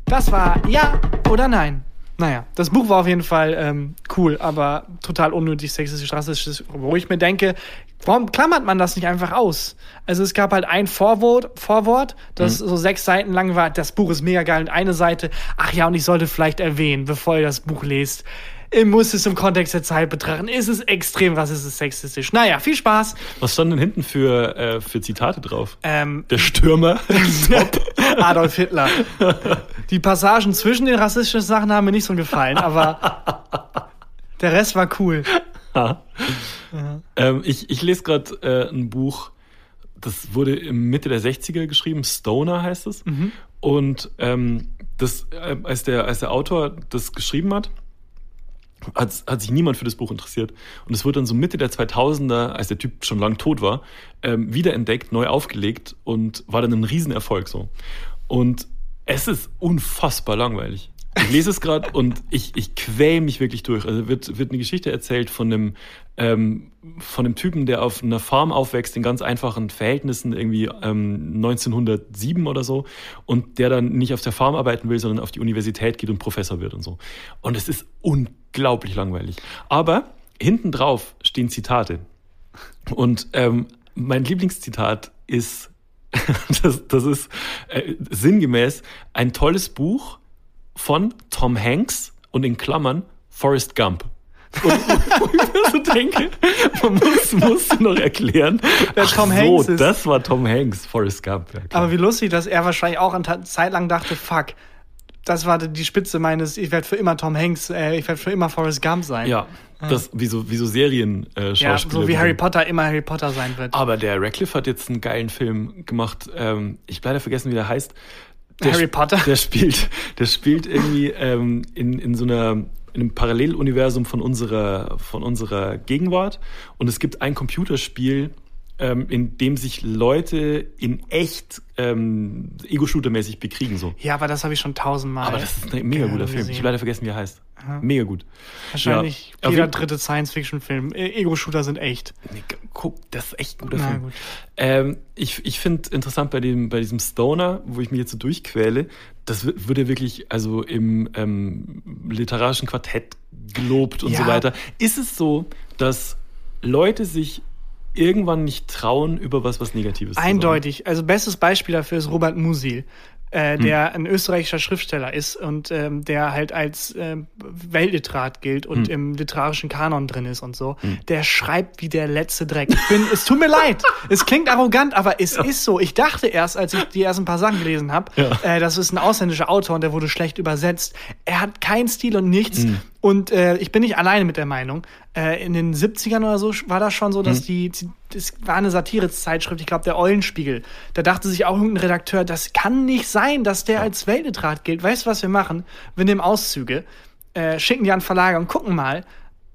Das war ja oder nein. Naja, das Buch war auf jeden Fall ähm, cool, aber total unnötig sexistisch, rassistisch, wo ich mir denke, warum klammert man das nicht einfach aus? Also es gab halt ein Vorwort, Vorwort das so sechs Seiten lang war, das Buch ist mega geil und eine Seite, ach ja, und ich sollte vielleicht erwähnen, bevor ihr das Buch lest, ihr müsst es im Kontext der Zeit betrachten, ist es extrem, was ist es sexistisch? Naja, viel Spaß.
Was stand denn hinten für, äh, für Zitate drauf?
Ähm,
Der Stürmer.
Adolf Hitler. Die Passagen zwischen den rassistischen Sachen haben mir nicht so gefallen, aber der Rest war cool.
ähm, ich, ich lese gerade äh, ein Buch, das wurde im Mitte der 60er geschrieben, Stoner heißt es. Und ähm, das, äh, als, der, als der Autor das geschrieben hat, hat, hat sich niemand für das Buch interessiert. Und es wurde dann so Mitte der 2000er, als der Typ schon lang tot war, ähm, wiederentdeckt, neu aufgelegt und war dann ein Riesenerfolg so. Und es ist unfassbar langweilig. Ich lese es gerade und ich, ich quäl mich wirklich durch. Also wird, wird eine Geschichte erzählt von einem, ähm, von einem Typen, der auf einer Farm aufwächst, in ganz einfachen Verhältnissen, irgendwie ähm, 1907 oder so, und der dann nicht auf der Farm arbeiten will, sondern auf die Universität geht und Professor wird und so. Und es ist unglaublich langweilig. Aber hinten drauf stehen Zitate. Und ähm, mein Lieblingszitat ist, das, das ist äh, sinngemäß ein tolles Buch von Tom Hanks und in Klammern Forrest Gump. Und wo ich mir so denke, man muss, musste noch erklären,
Wer
ach
Tom
so,
Hanks ist.
das war Tom Hanks, Forrest Gump. Ja, klar.
Aber wie lustig, dass er wahrscheinlich auch eine Zeit lang dachte, fuck, das war die Spitze meines, ich werde für immer Tom Hanks, äh, ich werde für immer Forrest Gump sein.
ja, das, wie so, wie so Serien,
Ah.
äh,
Ja,
Schauspieler
so wie Harry
sind.
Potter immer Harry Potter sein wird.
Aber der Radcliffe hat jetzt einen geilen Film gemacht. Ähm, ich hab leider vergessen, wie der heißt. Der
Harry
sp-
Potter?
Der spielt, der spielt irgendwie ähm, in, in so einer in einem Paralleluniversum von unserer von unserer Gegenwart. Und es gibt ein Computerspiel, ähm, in dem sich Leute in echt ähm, Ego-Shooter-mäßig bekriegen. So.
Ja, aber das habe ich schon tausendmal.
Aber das ist ein mega
gerne
guter Film. Ich
gesehen.
habe leider vergessen, wie er heißt. Mega gut.
Wahrscheinlich
Ja. Auf
jeder
jeden-
dritte Science-Fiction-Film. Äh, Ego-Shooter sind echt.
Nee, gu- guck, das ist echt ein guter
Na
Film.
gut.
Ähm, ich ich finde interessant bei, dem, bei diesem Stoner, wo ich mich jetzt so durchquäle, das wi- wird ja wirklich also im ähm, literarischen Quartett gelobt und
Ja.
so weiter. Ist es so, dass Leute sich irgendwann nicht trauen, über was was Negatives
Eindeutig. Also bestes Beispiel dafür ist Robert Musil, äh, der ein österreichischer Schriftsteller ist und ähm, der halt als ähm, Weltliterat gilt und im literarischen Kanon drin ist und so. Der schreibt wie der letzte Dreck. Ich bin, es tut mir leid. Es klingt arrogant, aber es ist so. Ich dachte erst, als ich die ersten paar Sachen gelesen habe,
Ja.
äh, das ist ein ausländischer Autor und der wurde schlecht übersetzt. Er hat keinen Stil und nichts.
Mhm.
Und äh, ich bin nicht alleine mit der Meinung. Äh, in den 70ern oder so sch- war das schon so,
Mhm.
dass die, das war eine Satirezeitschrift, ich glaube, der Eulenspiegel. Da dachte sich auch irgendein Redakteur, das kann nicht sein, dass der als Weltliterat gilt. Weißt du, was wir machen? Wir nehmen Auszüge, äh, schicken die an Verlage und gucken mal,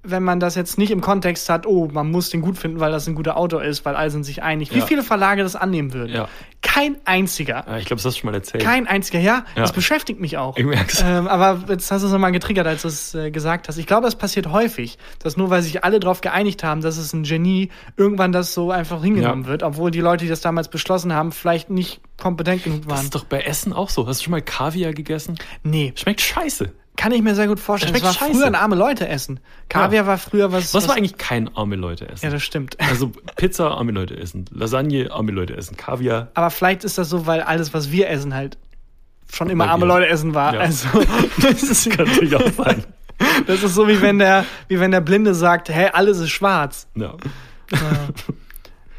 wenn man das jetzt nicht im Kontext hat, oh, man muss den gut finden, weil das ein guter Autor ist, weil alle sind sich einig. Wie
Ja.
viele Verlage das annehmen würden?
Ja.
Kein einziger.
Ah, Ich glaube, das hast du schon mal erzählt.
Kein einziger, ja.
Ja.
Das beschäftigt mich auch.
Ich merk's.
Ähm, aber jetzt hast du es nochmal getriggert, als du es äh, gesagt hast. Ich glaube, es passiert häufig, dass nur weil sich alle darauf geeinigt haben, dass es ein Genie, irgendwann das so einfach hingenommen
Ja.
wird, obwohl die Leute, die das damals beschlossen haben, vielleicht nicht kompetent genug
das
waren.
ist doch bei Essen auch so. Hast du schon mal Kaviar gegessen?
Nee,
Schmeckt scheiße.
kann ich mir sehr gut vorstellen.
Das
Das,
schmeckt
war
scheiße.
früher ein arme Leute essen. Kaviar war früher was.
Was war eigentlich kein arme Leute essen?
Ja, das stimmt.
also Pizza arme Leute essen, Lasagne arme Leute essen, Kaviar.
Aber vielleicht ist das so, weil alles, was wir essen, halt schon immer
Bei
arme
dir.
Leute essen war.
Ja.
Also,
das kann natürlich auch sein.
das ist so, wie wenn der, wie wenn der Blinde sagt, hey, alles ist schwarz.
Ja.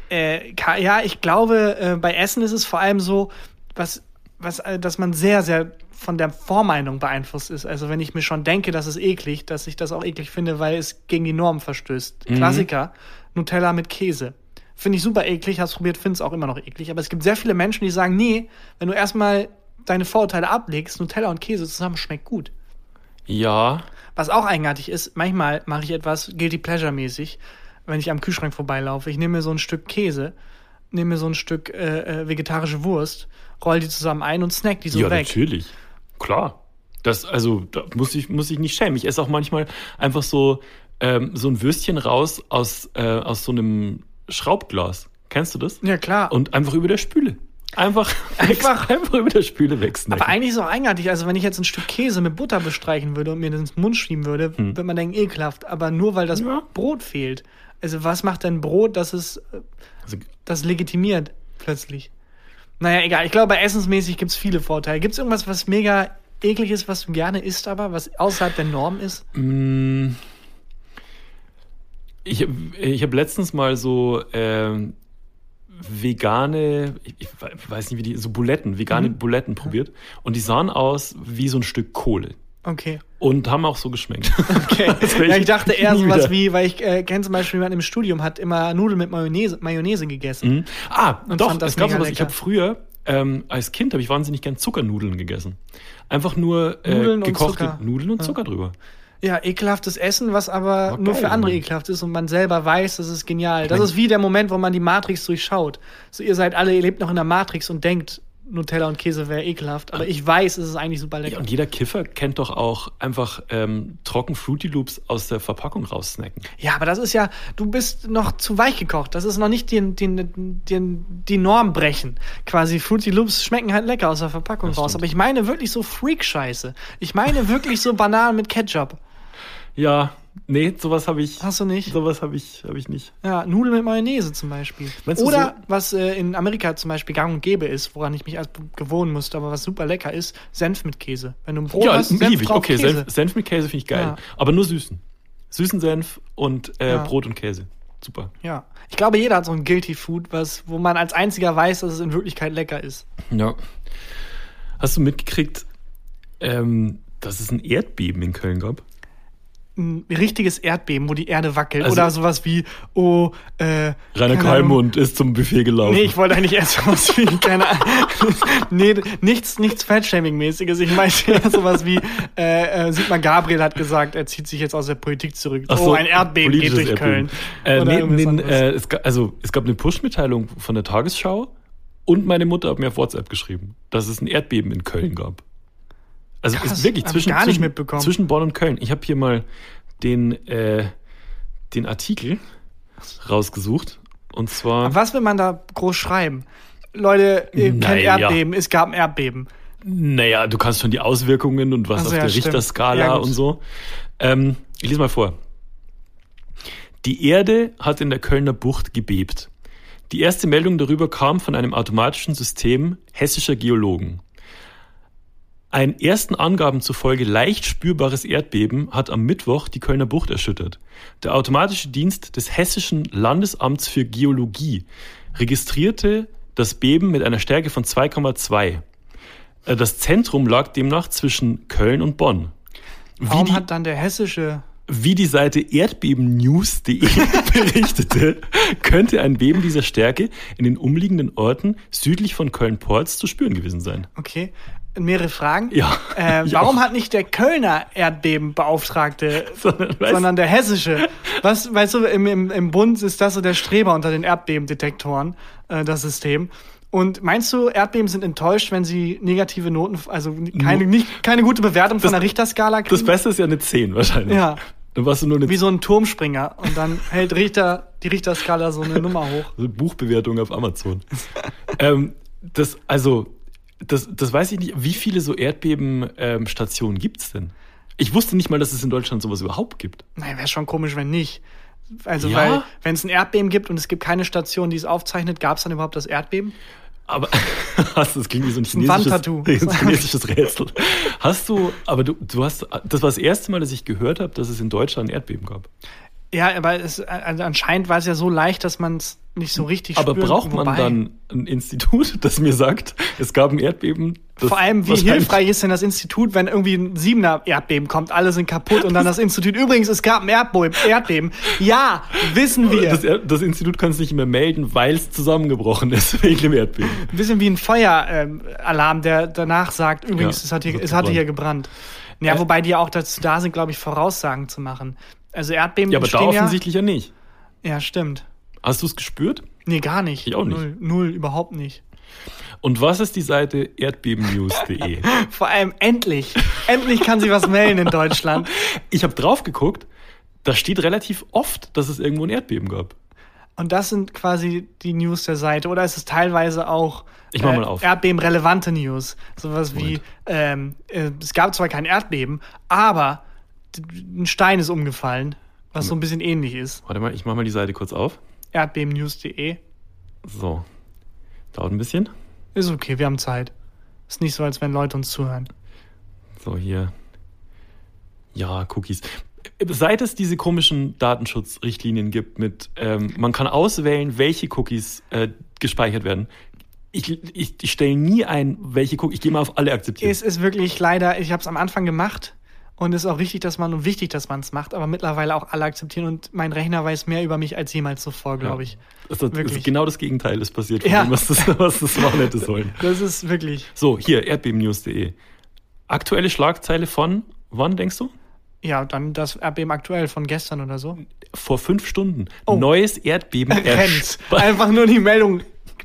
Äh, ka- ja, ich glaube, äh, bei Essen ist es vor allem so, was, was, äh, dass man sehr, sehr von der Vormeinung beeinflusst ist. Also wenn ich mir schon denke, das ist eklig, dass ich das auch eklig finde, weil es gegen die Norm verstößt. Klassiker, Nutella mit Käse. Finde ich super eklig, hab's probiert, find's auch immer noch eklig. Aber es gibt sehr viele Menschen, die sagen, nee, wenn du erstmal deine Vorurteile ablegst, Nutella und Käse zusammen schmeckt gut.
ja.
Was auch eigenartig ist, manchmal mache ich etwas guilty pleasure mäßig, wenn ich am Kühlschrank vorbeilaufe. Ich nehme mir so ein Stück Käse, nehme mir so ein Stück äh, äh, vegetarische Wurst, roll die zusammen ein und snack die so
ja,
weg.
natürlich. Klar. Das, also, da muss ich, muss ich nicht schämen. Ich esse auch manchmal einfach so, ähm, so ein Würstchen raus aus, äh, aus so einem Schraubglas. Kennst du das?
Ja, klar.
Und einfach über der Spüle. Einfach, einfach, einfach über der Spüle wegsnacken.
aber eigentlich ist es auch eigenartig, also wenn ich jetzt ein Stück Käse mit Butter bestreichen würde und mir das ins Mund schieben würde, würde man denken, ekelhaft. Aber nur weil das
Hm. Ja.
Brot fehlt. Also was macht denn Brot, dass es äh,
Also,
das legitimiert plötzlich. Naja, egal. Ich glaube, essensmäßig gibt es viele Vorteile. Gibt es irgendwas, was mega eklig ist, was du gerne isst, aber was außerhalb der Norm ist?
Ich, hab- ich habe letztens mal so ähm, vegane, ich, ich weiß nicht wie die, so Buletten, vegane
Mhm.
Buletten probiert. Und die sahen aus wie so ein Stück Kohle.
Okay.
Und haben auch so geschmeckt.
okay.
Das will
ja,
ich
ich dachte eher
nie
sowas
wieder.
wie, weil ich äh, kenne zum Beispiel jemanden im Studium, hat immer Nudeln mit Mayonnaise, Mayonnaise gegessen.
ah,
Und
doch,
fand das
es gab
mega
sowas. Ich
lecker.
habe früher, ähm, als Kind habe ich wahnsinnig gern Zuckernudeln gegessen. Einfach nur äh,
Nudeln und
gekochte
Zucker.
Nudeln und Zucker drüber.
Ja, ekelhaftes Essen, was aber
Aber
nur
geil,
für andere
Mann.
ekelhaft ist und man selber weiß, das ist genial. Das ist wie der Moment, wo man die Matrix durchschaut. So, ihr seid alle, ihr lebt noch in der Matrix und denkt, Nutella und Käse wäre ekelhaft, aber ich weiß, es ist eigentlich super lecker.
Ja, und jeder Kiffer kennt doch auch einfach ähm, trocken Fruity Loops aus der Verpackung raussnacken.
Ja, aber das ist ja, du bist noch zu weich gekocht. Das ist noch nicht den, den, den, die Norm brechen. Quasi Fruity Loops schmecken halt lecker aus der Verpackung
Das
raus.
stimmt.
Aber ich meine wirklich so Freak-Scheiße. Ich meine wirklich so Bananen mit Ketchup.
Ja, nee, sowas habe ich.
Hast du nicht?
Sowas habe ich, hab ich nicht.
Ja, Nudeln mit Mayonnaise zum Beispiel.
Meinst du
Oder was äh, in Amerika zum Beispiel gang und gäbe ist, woran ich mich erst gewohnen musste, aber was super lecker ist, Senf mit Käse. Wenn du ein Brot
ja,
hast, Oh, Senf
liebe ich.
drauf,
Okay,
Käse.
Senf, Senf mit Käse finde ich geil.
Ja.
Aber nur süßen. Süßen Senf und äh,
Ja.
Brot und Käse. Super.
Ja. Ich glaube, jeder hat so ein Guilty Food, was, wo man als einziger weiß, dass es in Wirklichkeit lecker ist.
Ja. Hast du mitgekriegt, ähm, dass es ein Erdbeben in Köln gab?
ein richtiges Erdbeben, wo die Erde wackelt.
Also-
oder sowas wie, oh, äh.
Rainer
keine Ahnung.
Kalmund ist zum Buffet gelaufen.
Nee, ich wollte eigentlich erst sowas wie, keine Ahnung. nee, nichts, nichts Fatshaming-mäßiges. Ich meinte eher sowas wie, äh, äh, Sigmar Gabriel hat gesagt, er zieht sich jetzt aus der Politik zurück.
Ach
oh, ein Erdbeben geht
politisches
durch
Erdbeben.
Köln. Oder
Äh, nee,
irgendwas
nee,
anderes.
äh, es, ga- also, es gab eine Push-Mitteilung von der Tagesschau und meine Mutter hat mir auf WhatsApp geschrieben, dass es ein Erdbeben in Köln gab. Also
Krass,
ist wirklich
hab ich
zwischen,
gar nicht
zwischen,
mitbekommen.
zwischen Bonn und Köln. Ich habe hier mal den, äh, den Artikel rausgesucht. Und zwar.
Aber Was will man da groß schreiben? Leute, ihr kennt
Naja.
Erdbeben, es gab ein Erdbeben.
Naja, du kannst schon die Auswirkungen und was
Ach so,
auf
ja,
der
stimmt.
Richterskala
Ja, gut.
und so. Ähm, ich lese mal vor. Die Erde hat in der Kölner Bucht gebebt. Die erste Meldung darüber kam von einem automatischen System hessischer Geologen. Ein ersten Angaben zufolge leicht spürbares Erdbeben hat am Mittwoch die Kölner Bucht erschüttert. Der automatische Dienst des Hessischen Landesamts für Geologie registrierte das Beben mit einer Stärke von 2,2. Äh, Das Zentrum lag demnach zwischen Köln und Bonn. Wie
Warum
die,
hat dann der hessische
wie die Seite erdbebennews.de berichtete, könnte ein Beben dieser Stärke in den umliegenden Orten südlich von Köln-Porz zu spüren gewesen sein.
Okay. mehrere Fragen.
Ja,
Äh,
ich
warum
auch.
hat nicht der Kölner Erdbebenbeauftragte,
Sondern, weißt-
sondern der hessische? Was, weißt du, im, im, im Bund ist das so der Streber unter den Erdbebendetektoren, äh, das System. Und meinst du, Erdbeben sind enttäuscht, wenn sie negative Noten, also keine, nicht, keine gute Bewertung von der Richterskala
Das
kriegen?
Beste ist ja eine 10 wahrscheinlich.
Mhm. Ja.
Dann warst du nur eine
Wie so ein Turmspringer. Und dann hält Richter die Richterskala so eine Nummer hoch.
So Also Buchbewertung auf Amazon. ähm, das, also, das, das weiß ich nicht. Wie viele so Erdbebenstationen ähm, gibt es denn? Ich wusste nicht mal, dass es in Deutschland sowas überhaupt gibt.
Nein, wäre schon komisch, wenn nicht. Also,
Ja?
weil, wenn es ein Erdbeben gibt und es gibt keine Station, die es aufzeichnet, gab es dann überhaupt das Erdbeben?
Aber hast das klingt wie so ein chinesisches,
Wandtattoo.
ein chinesisches Rätsel. Hast du, aber du, du hast, das war das erste Mal, dass ich gehört habe, dass es in Deutschland ein Erdbeben gab.
Ja, aber es, also anscheinend war es ja so leicht, dass man es nicht so richtig
Aber
spürt.
braucht man
Wobei,
dann ein Institut, das mir sagt, es gab ein Erdbeben? das
Vor allem, wie
wahrscheinlich-
hilfreich ist denn das Institut, wenn irgendwie ein siebener Erdbeben kommt, alle sind kaputt und dann das Institut, übrigens, es gab ein Erdbeben. Erdbeben. Ja, wissen wir.
Das, Er- das Institut kann es nicht mehr melden, weil es zusammengebrochen ist wegen dem Erdbeben.
Ein bisschen wie ein Feueralarm, ähm, der danach sagt, übrigens,
Ja,
es, hat hier,
es hat
es hatte
gebrannt.
hier gebrannt. Ja,
Äh,
wobei die ja auch dazu da sind, glaube ich, Voraussagen zu machen. Also Erdbeben
Ja, aber da
entstehen
offensichtlich ja nicht.
ja. Ja, stimmt.
Hast du es gespürt?
Nee, gar nicht.
Ich auch nicht.
Null, null überhaupt nicht.
Und was ist die Seite erdbebennews.de?
Vor allem endlich. endlich kann sie was melden in Deutschland.
ich habe drauf geguckt, da steht relativ oft, dass es irgendwo ein Erdbeben gab.
Und das sind quasi die News der Seite. Oder ist es teilweise auch äh,
Ich mach mal auf.
Erdbeben-relevante News? Sowas wie,
Moment.
ähm, äh, es gab zwar kein Erdbeben, aber d- ein Stein ist umgefallen, was so ein bisschen ähnlich ist.
Warte mal, ich mache mal die Seite kurz auf.
Erdbebennews.de.
So. Dauert ein bisschen.
Ist okay, wir haben Zeit. Ist nicht so, als wenn Leute uns zuhören.
So, hier. Ja, Cookies. Seit es diese komischen Datenschutzrichtlinien gibt, mit ähm, man kann auswählen, welche Cookies äh, gespeichert werden. Ich, ich, ich stelle nie ein, welche Cookies. Ich gehe mal auf alle akzeptieren.
Es ist wirklich leider, ich habe es am Anfang gemacht und ist auch richtig, dass man und wichtig, dass man es macht, aber mittlerweile auch alle akzeptieren und mein Rechner weiß mehr über mich als jemals zuvor, glaube ich.
Das, das,
Wirklich.
das, genau das Gegenteil ist passiert von
Ja.
dem, was das, was das machen hätte sollen.
Das ist wirklich,
So, hier, erdbebennews.de. Aktuelle Schlagzeile von, wann denkst du?
ja, dann das Erdbeben aktuell von gestern oder so.
Vor fünf Stunden.
Oh.
Neues Erdbeben
Rennt.
erspei-
Einfach nur die Meldung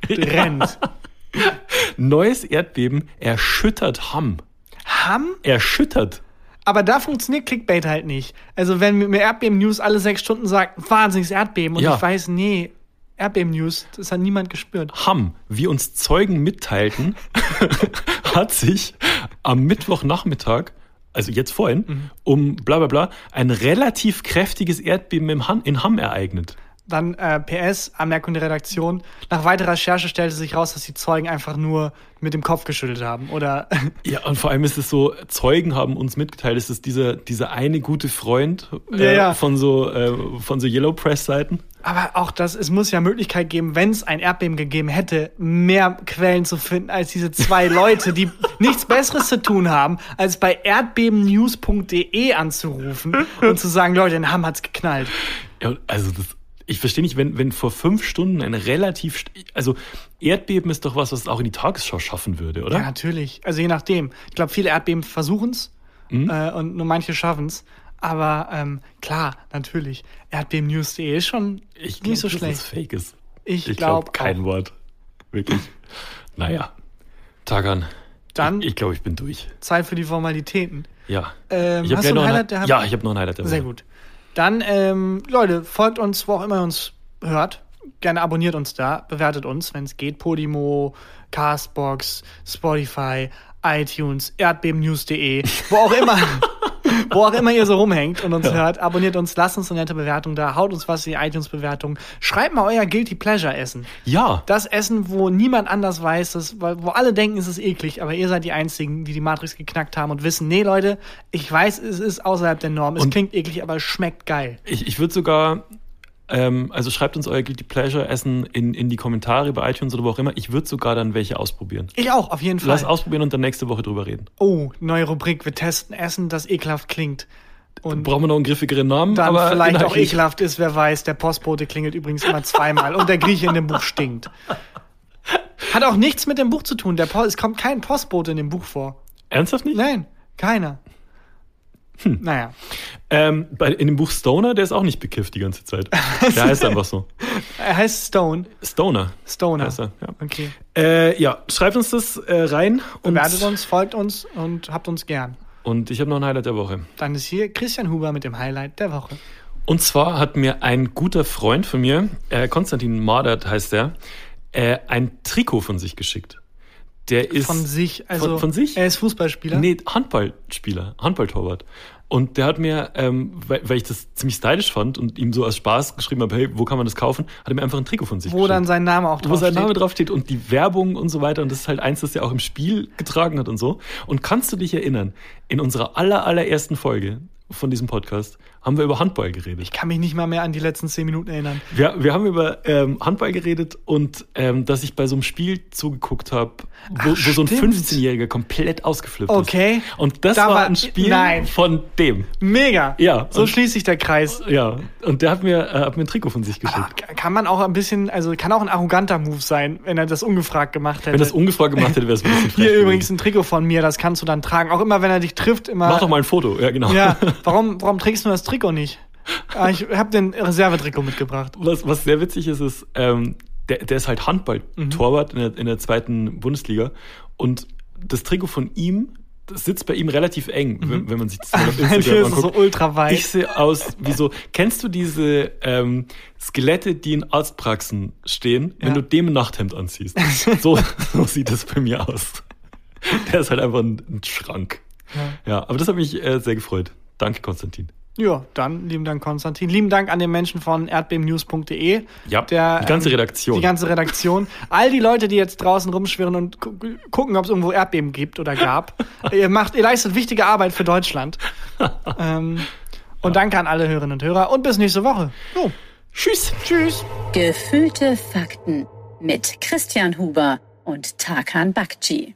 rennt.
Neues Erdbeben erschüttert Hamm.
Ham?
Erschüttert.
Aber da funktioniert Clickbait halt nicht. Also wenn mir Erdbeben News alle sechs Stunden sagt, wahnsinniges Erdbeben und
Ja.
ich weiß, nee, Erdbeben News, das hat niemand gespürt.
Hamm, wie uns Zeugen mitteilten, hat sich am Mittwochnachmittag, also jetzt vorhin,
Mhm.
um bla bla bla, ein relativ kräftiges Erdbeben im Han in Hamm ereignet.
Dann äh, PS, Anmerkung der Redaktion. Nach weiterer Recherche stellte sich raus, dass die Zeugen einfach nur mit dem Kopf geschüttelt haben. Oder
Ja, und vor allem ist es so, Zeugen haben uns mitgeteilt, es ist dieser, dieser eine gute Freund äh,
Ja, ja.
Von, so, äh, von so Yellow Press-Seiten.
aber auch das, es muss ja Möglichkeit geben, wenn es ein Erdbeben gegeben hätte, mehr Quellen zu finden als diese zwei Leute, die nichts Besseres zu tun haben, als bei erdbebennews.de anzurufen und zu sagen, Leute, in Hamm hat's geknallt.
Ja, also das, ich verstehe nicht, wenn, wenn vor fünf Stunden ein relativ, st- also Erdbeben ist doch was, was es auch in die Tagesschau schaffen würde, oder?
Ja, natürlich. Also je nachdem. Ich glaube, viele Erdbeben versuchen es
Mhm.
äh, und nur manche schaffen es. Aber ähm, klar, natürlich. Erdbebennews.de ist schon
ich
nicht so
dass
schlecht.
Das fake ist.
Ich glaub
kein
auch.
Wort. Wirklich. Naja. Tagan.
Dann-
Ich, ich glaube, ich bin durch.
Zeit für die Formalitäten.
Ja.
Ähm,
ich hab
hast
gleich
du
noch
ein
ein
Highlight der
Hi-
Woche?
Ja, ich habe noch ein Highlight. der
Sehr
Woche.
gut. Dann, ähm, Leute, folgt uns, wo auch immer ihr uns hört. Gerne abonniert uns da, bewertet uns, wenn es geht. Podimo, Castbox, Spotify, iTunes, erdbebennews.de, wo auch immer. Wo auch immer ihr so rumhängt und uns hört, abonniert uns, lasst uns eine nette Bewertung da, haut uns was in die iTunes-Bewertung, schreibt mal euer Guilty Pleasure-Essen.
Ja.
Das Essen, wo niemand anders weiß, das, weil- wo alle denken, es ist eklig, aber ihr seid die Einzigen, die die Matrix geknackt haben und wissen, nee, Leute, ich weiß, es ist außerhalb der Norm. Es
Und-
klingt eklig, aber es schmeckt geil.
Ich, ich würde sogar, ähm, also schreibt uns euer Guilty Pleasure Essen in, in die Kommentare bei iTunes oder wo auch immer. Ich würde sogar dann welche ausprobieren.
Ich auch, auf jeden Fall.
Lass ausprobieren und dann nächste Woche drüber reden.
Oh, neue Rubrik, wir testen Essen, das ekelhaft klingt. Und
Brauchen wir noch einen griffigeren Namen?
dann
aber
vielleicht auch
inhaltlich-
ekelhaft ist, wer weiß. Der Postbote klingelt übrigens immer zweimal und der Grieche in dem Buch stinkt. Hat auch nichts mit dem Buch zu tun. Der po es kommt kein Postbote in dem Buch vor.
Ernsthaft nicht?
Nein, keiner.
Hm.
Naja,
Ähm, bei, in dem Buch Stoner, der ist auch nicht bekifft die ganze Zeit. Der heißt einfach so.
er heißt Stone.
Stoner.
Stoner.
Heißt er, Also, ja.
Okay.
Äh, ja, schreibt uns das äh, rein. Und,
Bewertet uns, folgt uns und habt uns gern.
und ich habe noch ein Highlight der Woche.
Dann ist hier Christian Huber mit dem Highlight der Woche.
Und zwar hat mir ein guter Freund von mir, äh, Konstantin Mordert heißt er, äh, ein Trikot von sich geschickt. Der ist
Von sich. Also
von- von sich?
Er ist Fußballspieler.
Nee, Handballspieler, Handballtorwart. Und der hat mir, ähm, weil, weil ich das ziemlich stylisch fand und ihm so als Spaß geschrieben habe, hey, wo kann man das kaufen, hat er mir einfach ein Trikot von sich
wo dann
geschickt.
sein Name auch
wo sein
draufsteht.
Name draufsteht und die Werbung und so weiter. Und das ist halt eins, das er auch im Spiel getragen hat und so. Und kannst du dich erinnern, in unserer aller, allerersten Folge von diesem Podcast haben wir über Handball geredet.
Ich kann mich nicht mal mehr an die letzten zehn Minuten erinnern.
Wir, wir haben über ähm, Handball geredet und ähm, dass ich bei so einem Spiel zugeguckt habe, wo, wo so ein
stimmt.
15-Jähriger komplett ausgeflippt
Okay.
ist. Und das
Da
war
war-
ein Spiel
Nein.
von dem.
Mega.
Ja,
So
und-
schließt sich der Kreis.
Ja, und der hat mir, äh, hat mir ein Trikot von sich geschickt.
Ah, Kann man auch ein bisschen, also kann auch ein arroganter Move sein, wenn er das ungefragt gemacht hätte.
Wenn das ungefragt gemacht hätte, wäre es ein bisschen frech
Hier
gewesen.
übrigens ein Trikot von mir, das kannst du dann tragen. Auch immer, wenn er dich trifft, immer.
Mach doch mal ein Foto, ja genau.
Ja, warum, warum trägst du das Trikot nicht? Ah, Ich habe den Reservetrikot mitgebracht.
Was, was sehr witzig ist, ist, ähm, der, der ist halt Handball-Torwart
Mhm.
in, der, in der zweiten Bundesliga und das Trikot von ihm, das sitzt bei ihm relativ eng, wenn, wenn man sich das mal auf
Mein Schuh
Instagram
Mhm. ist
anguckt.
so ultra weit.
Ich sehe aus wie so, kennst du diese ähm, Skelette, die in Arztpraxen stehen, wenn
Ja.
du dem ein Nachthemd anziehst? So, so sieht das bei mir aus. Der ist halt einfach ein, ein Schrank. Ja. aber das hat mich äh, sehr gefreut. Danke, Konstantin.
ja, dann lieben Dank, Konstantin. Lieben Dank an den Menschen von erdbebennews.de.
Ja,
der,
die ganze
ähm,
Redaktion.
Die ganze Redaktion. All die Leute, die jetzt draußen rumschwirren und gu gucken, ob es irgendwo Erdbeben gibt oder gab. ihr macht, ihr leistet wichtige Arbeit für Deutschland. ähm, und danke an alle Hörerinnen und Hörer und bis nächste Woche. Jo.
Tschüss.
Tschüss.
Gefühlte Fakten mit Christian Huber und Tarkan Bakci.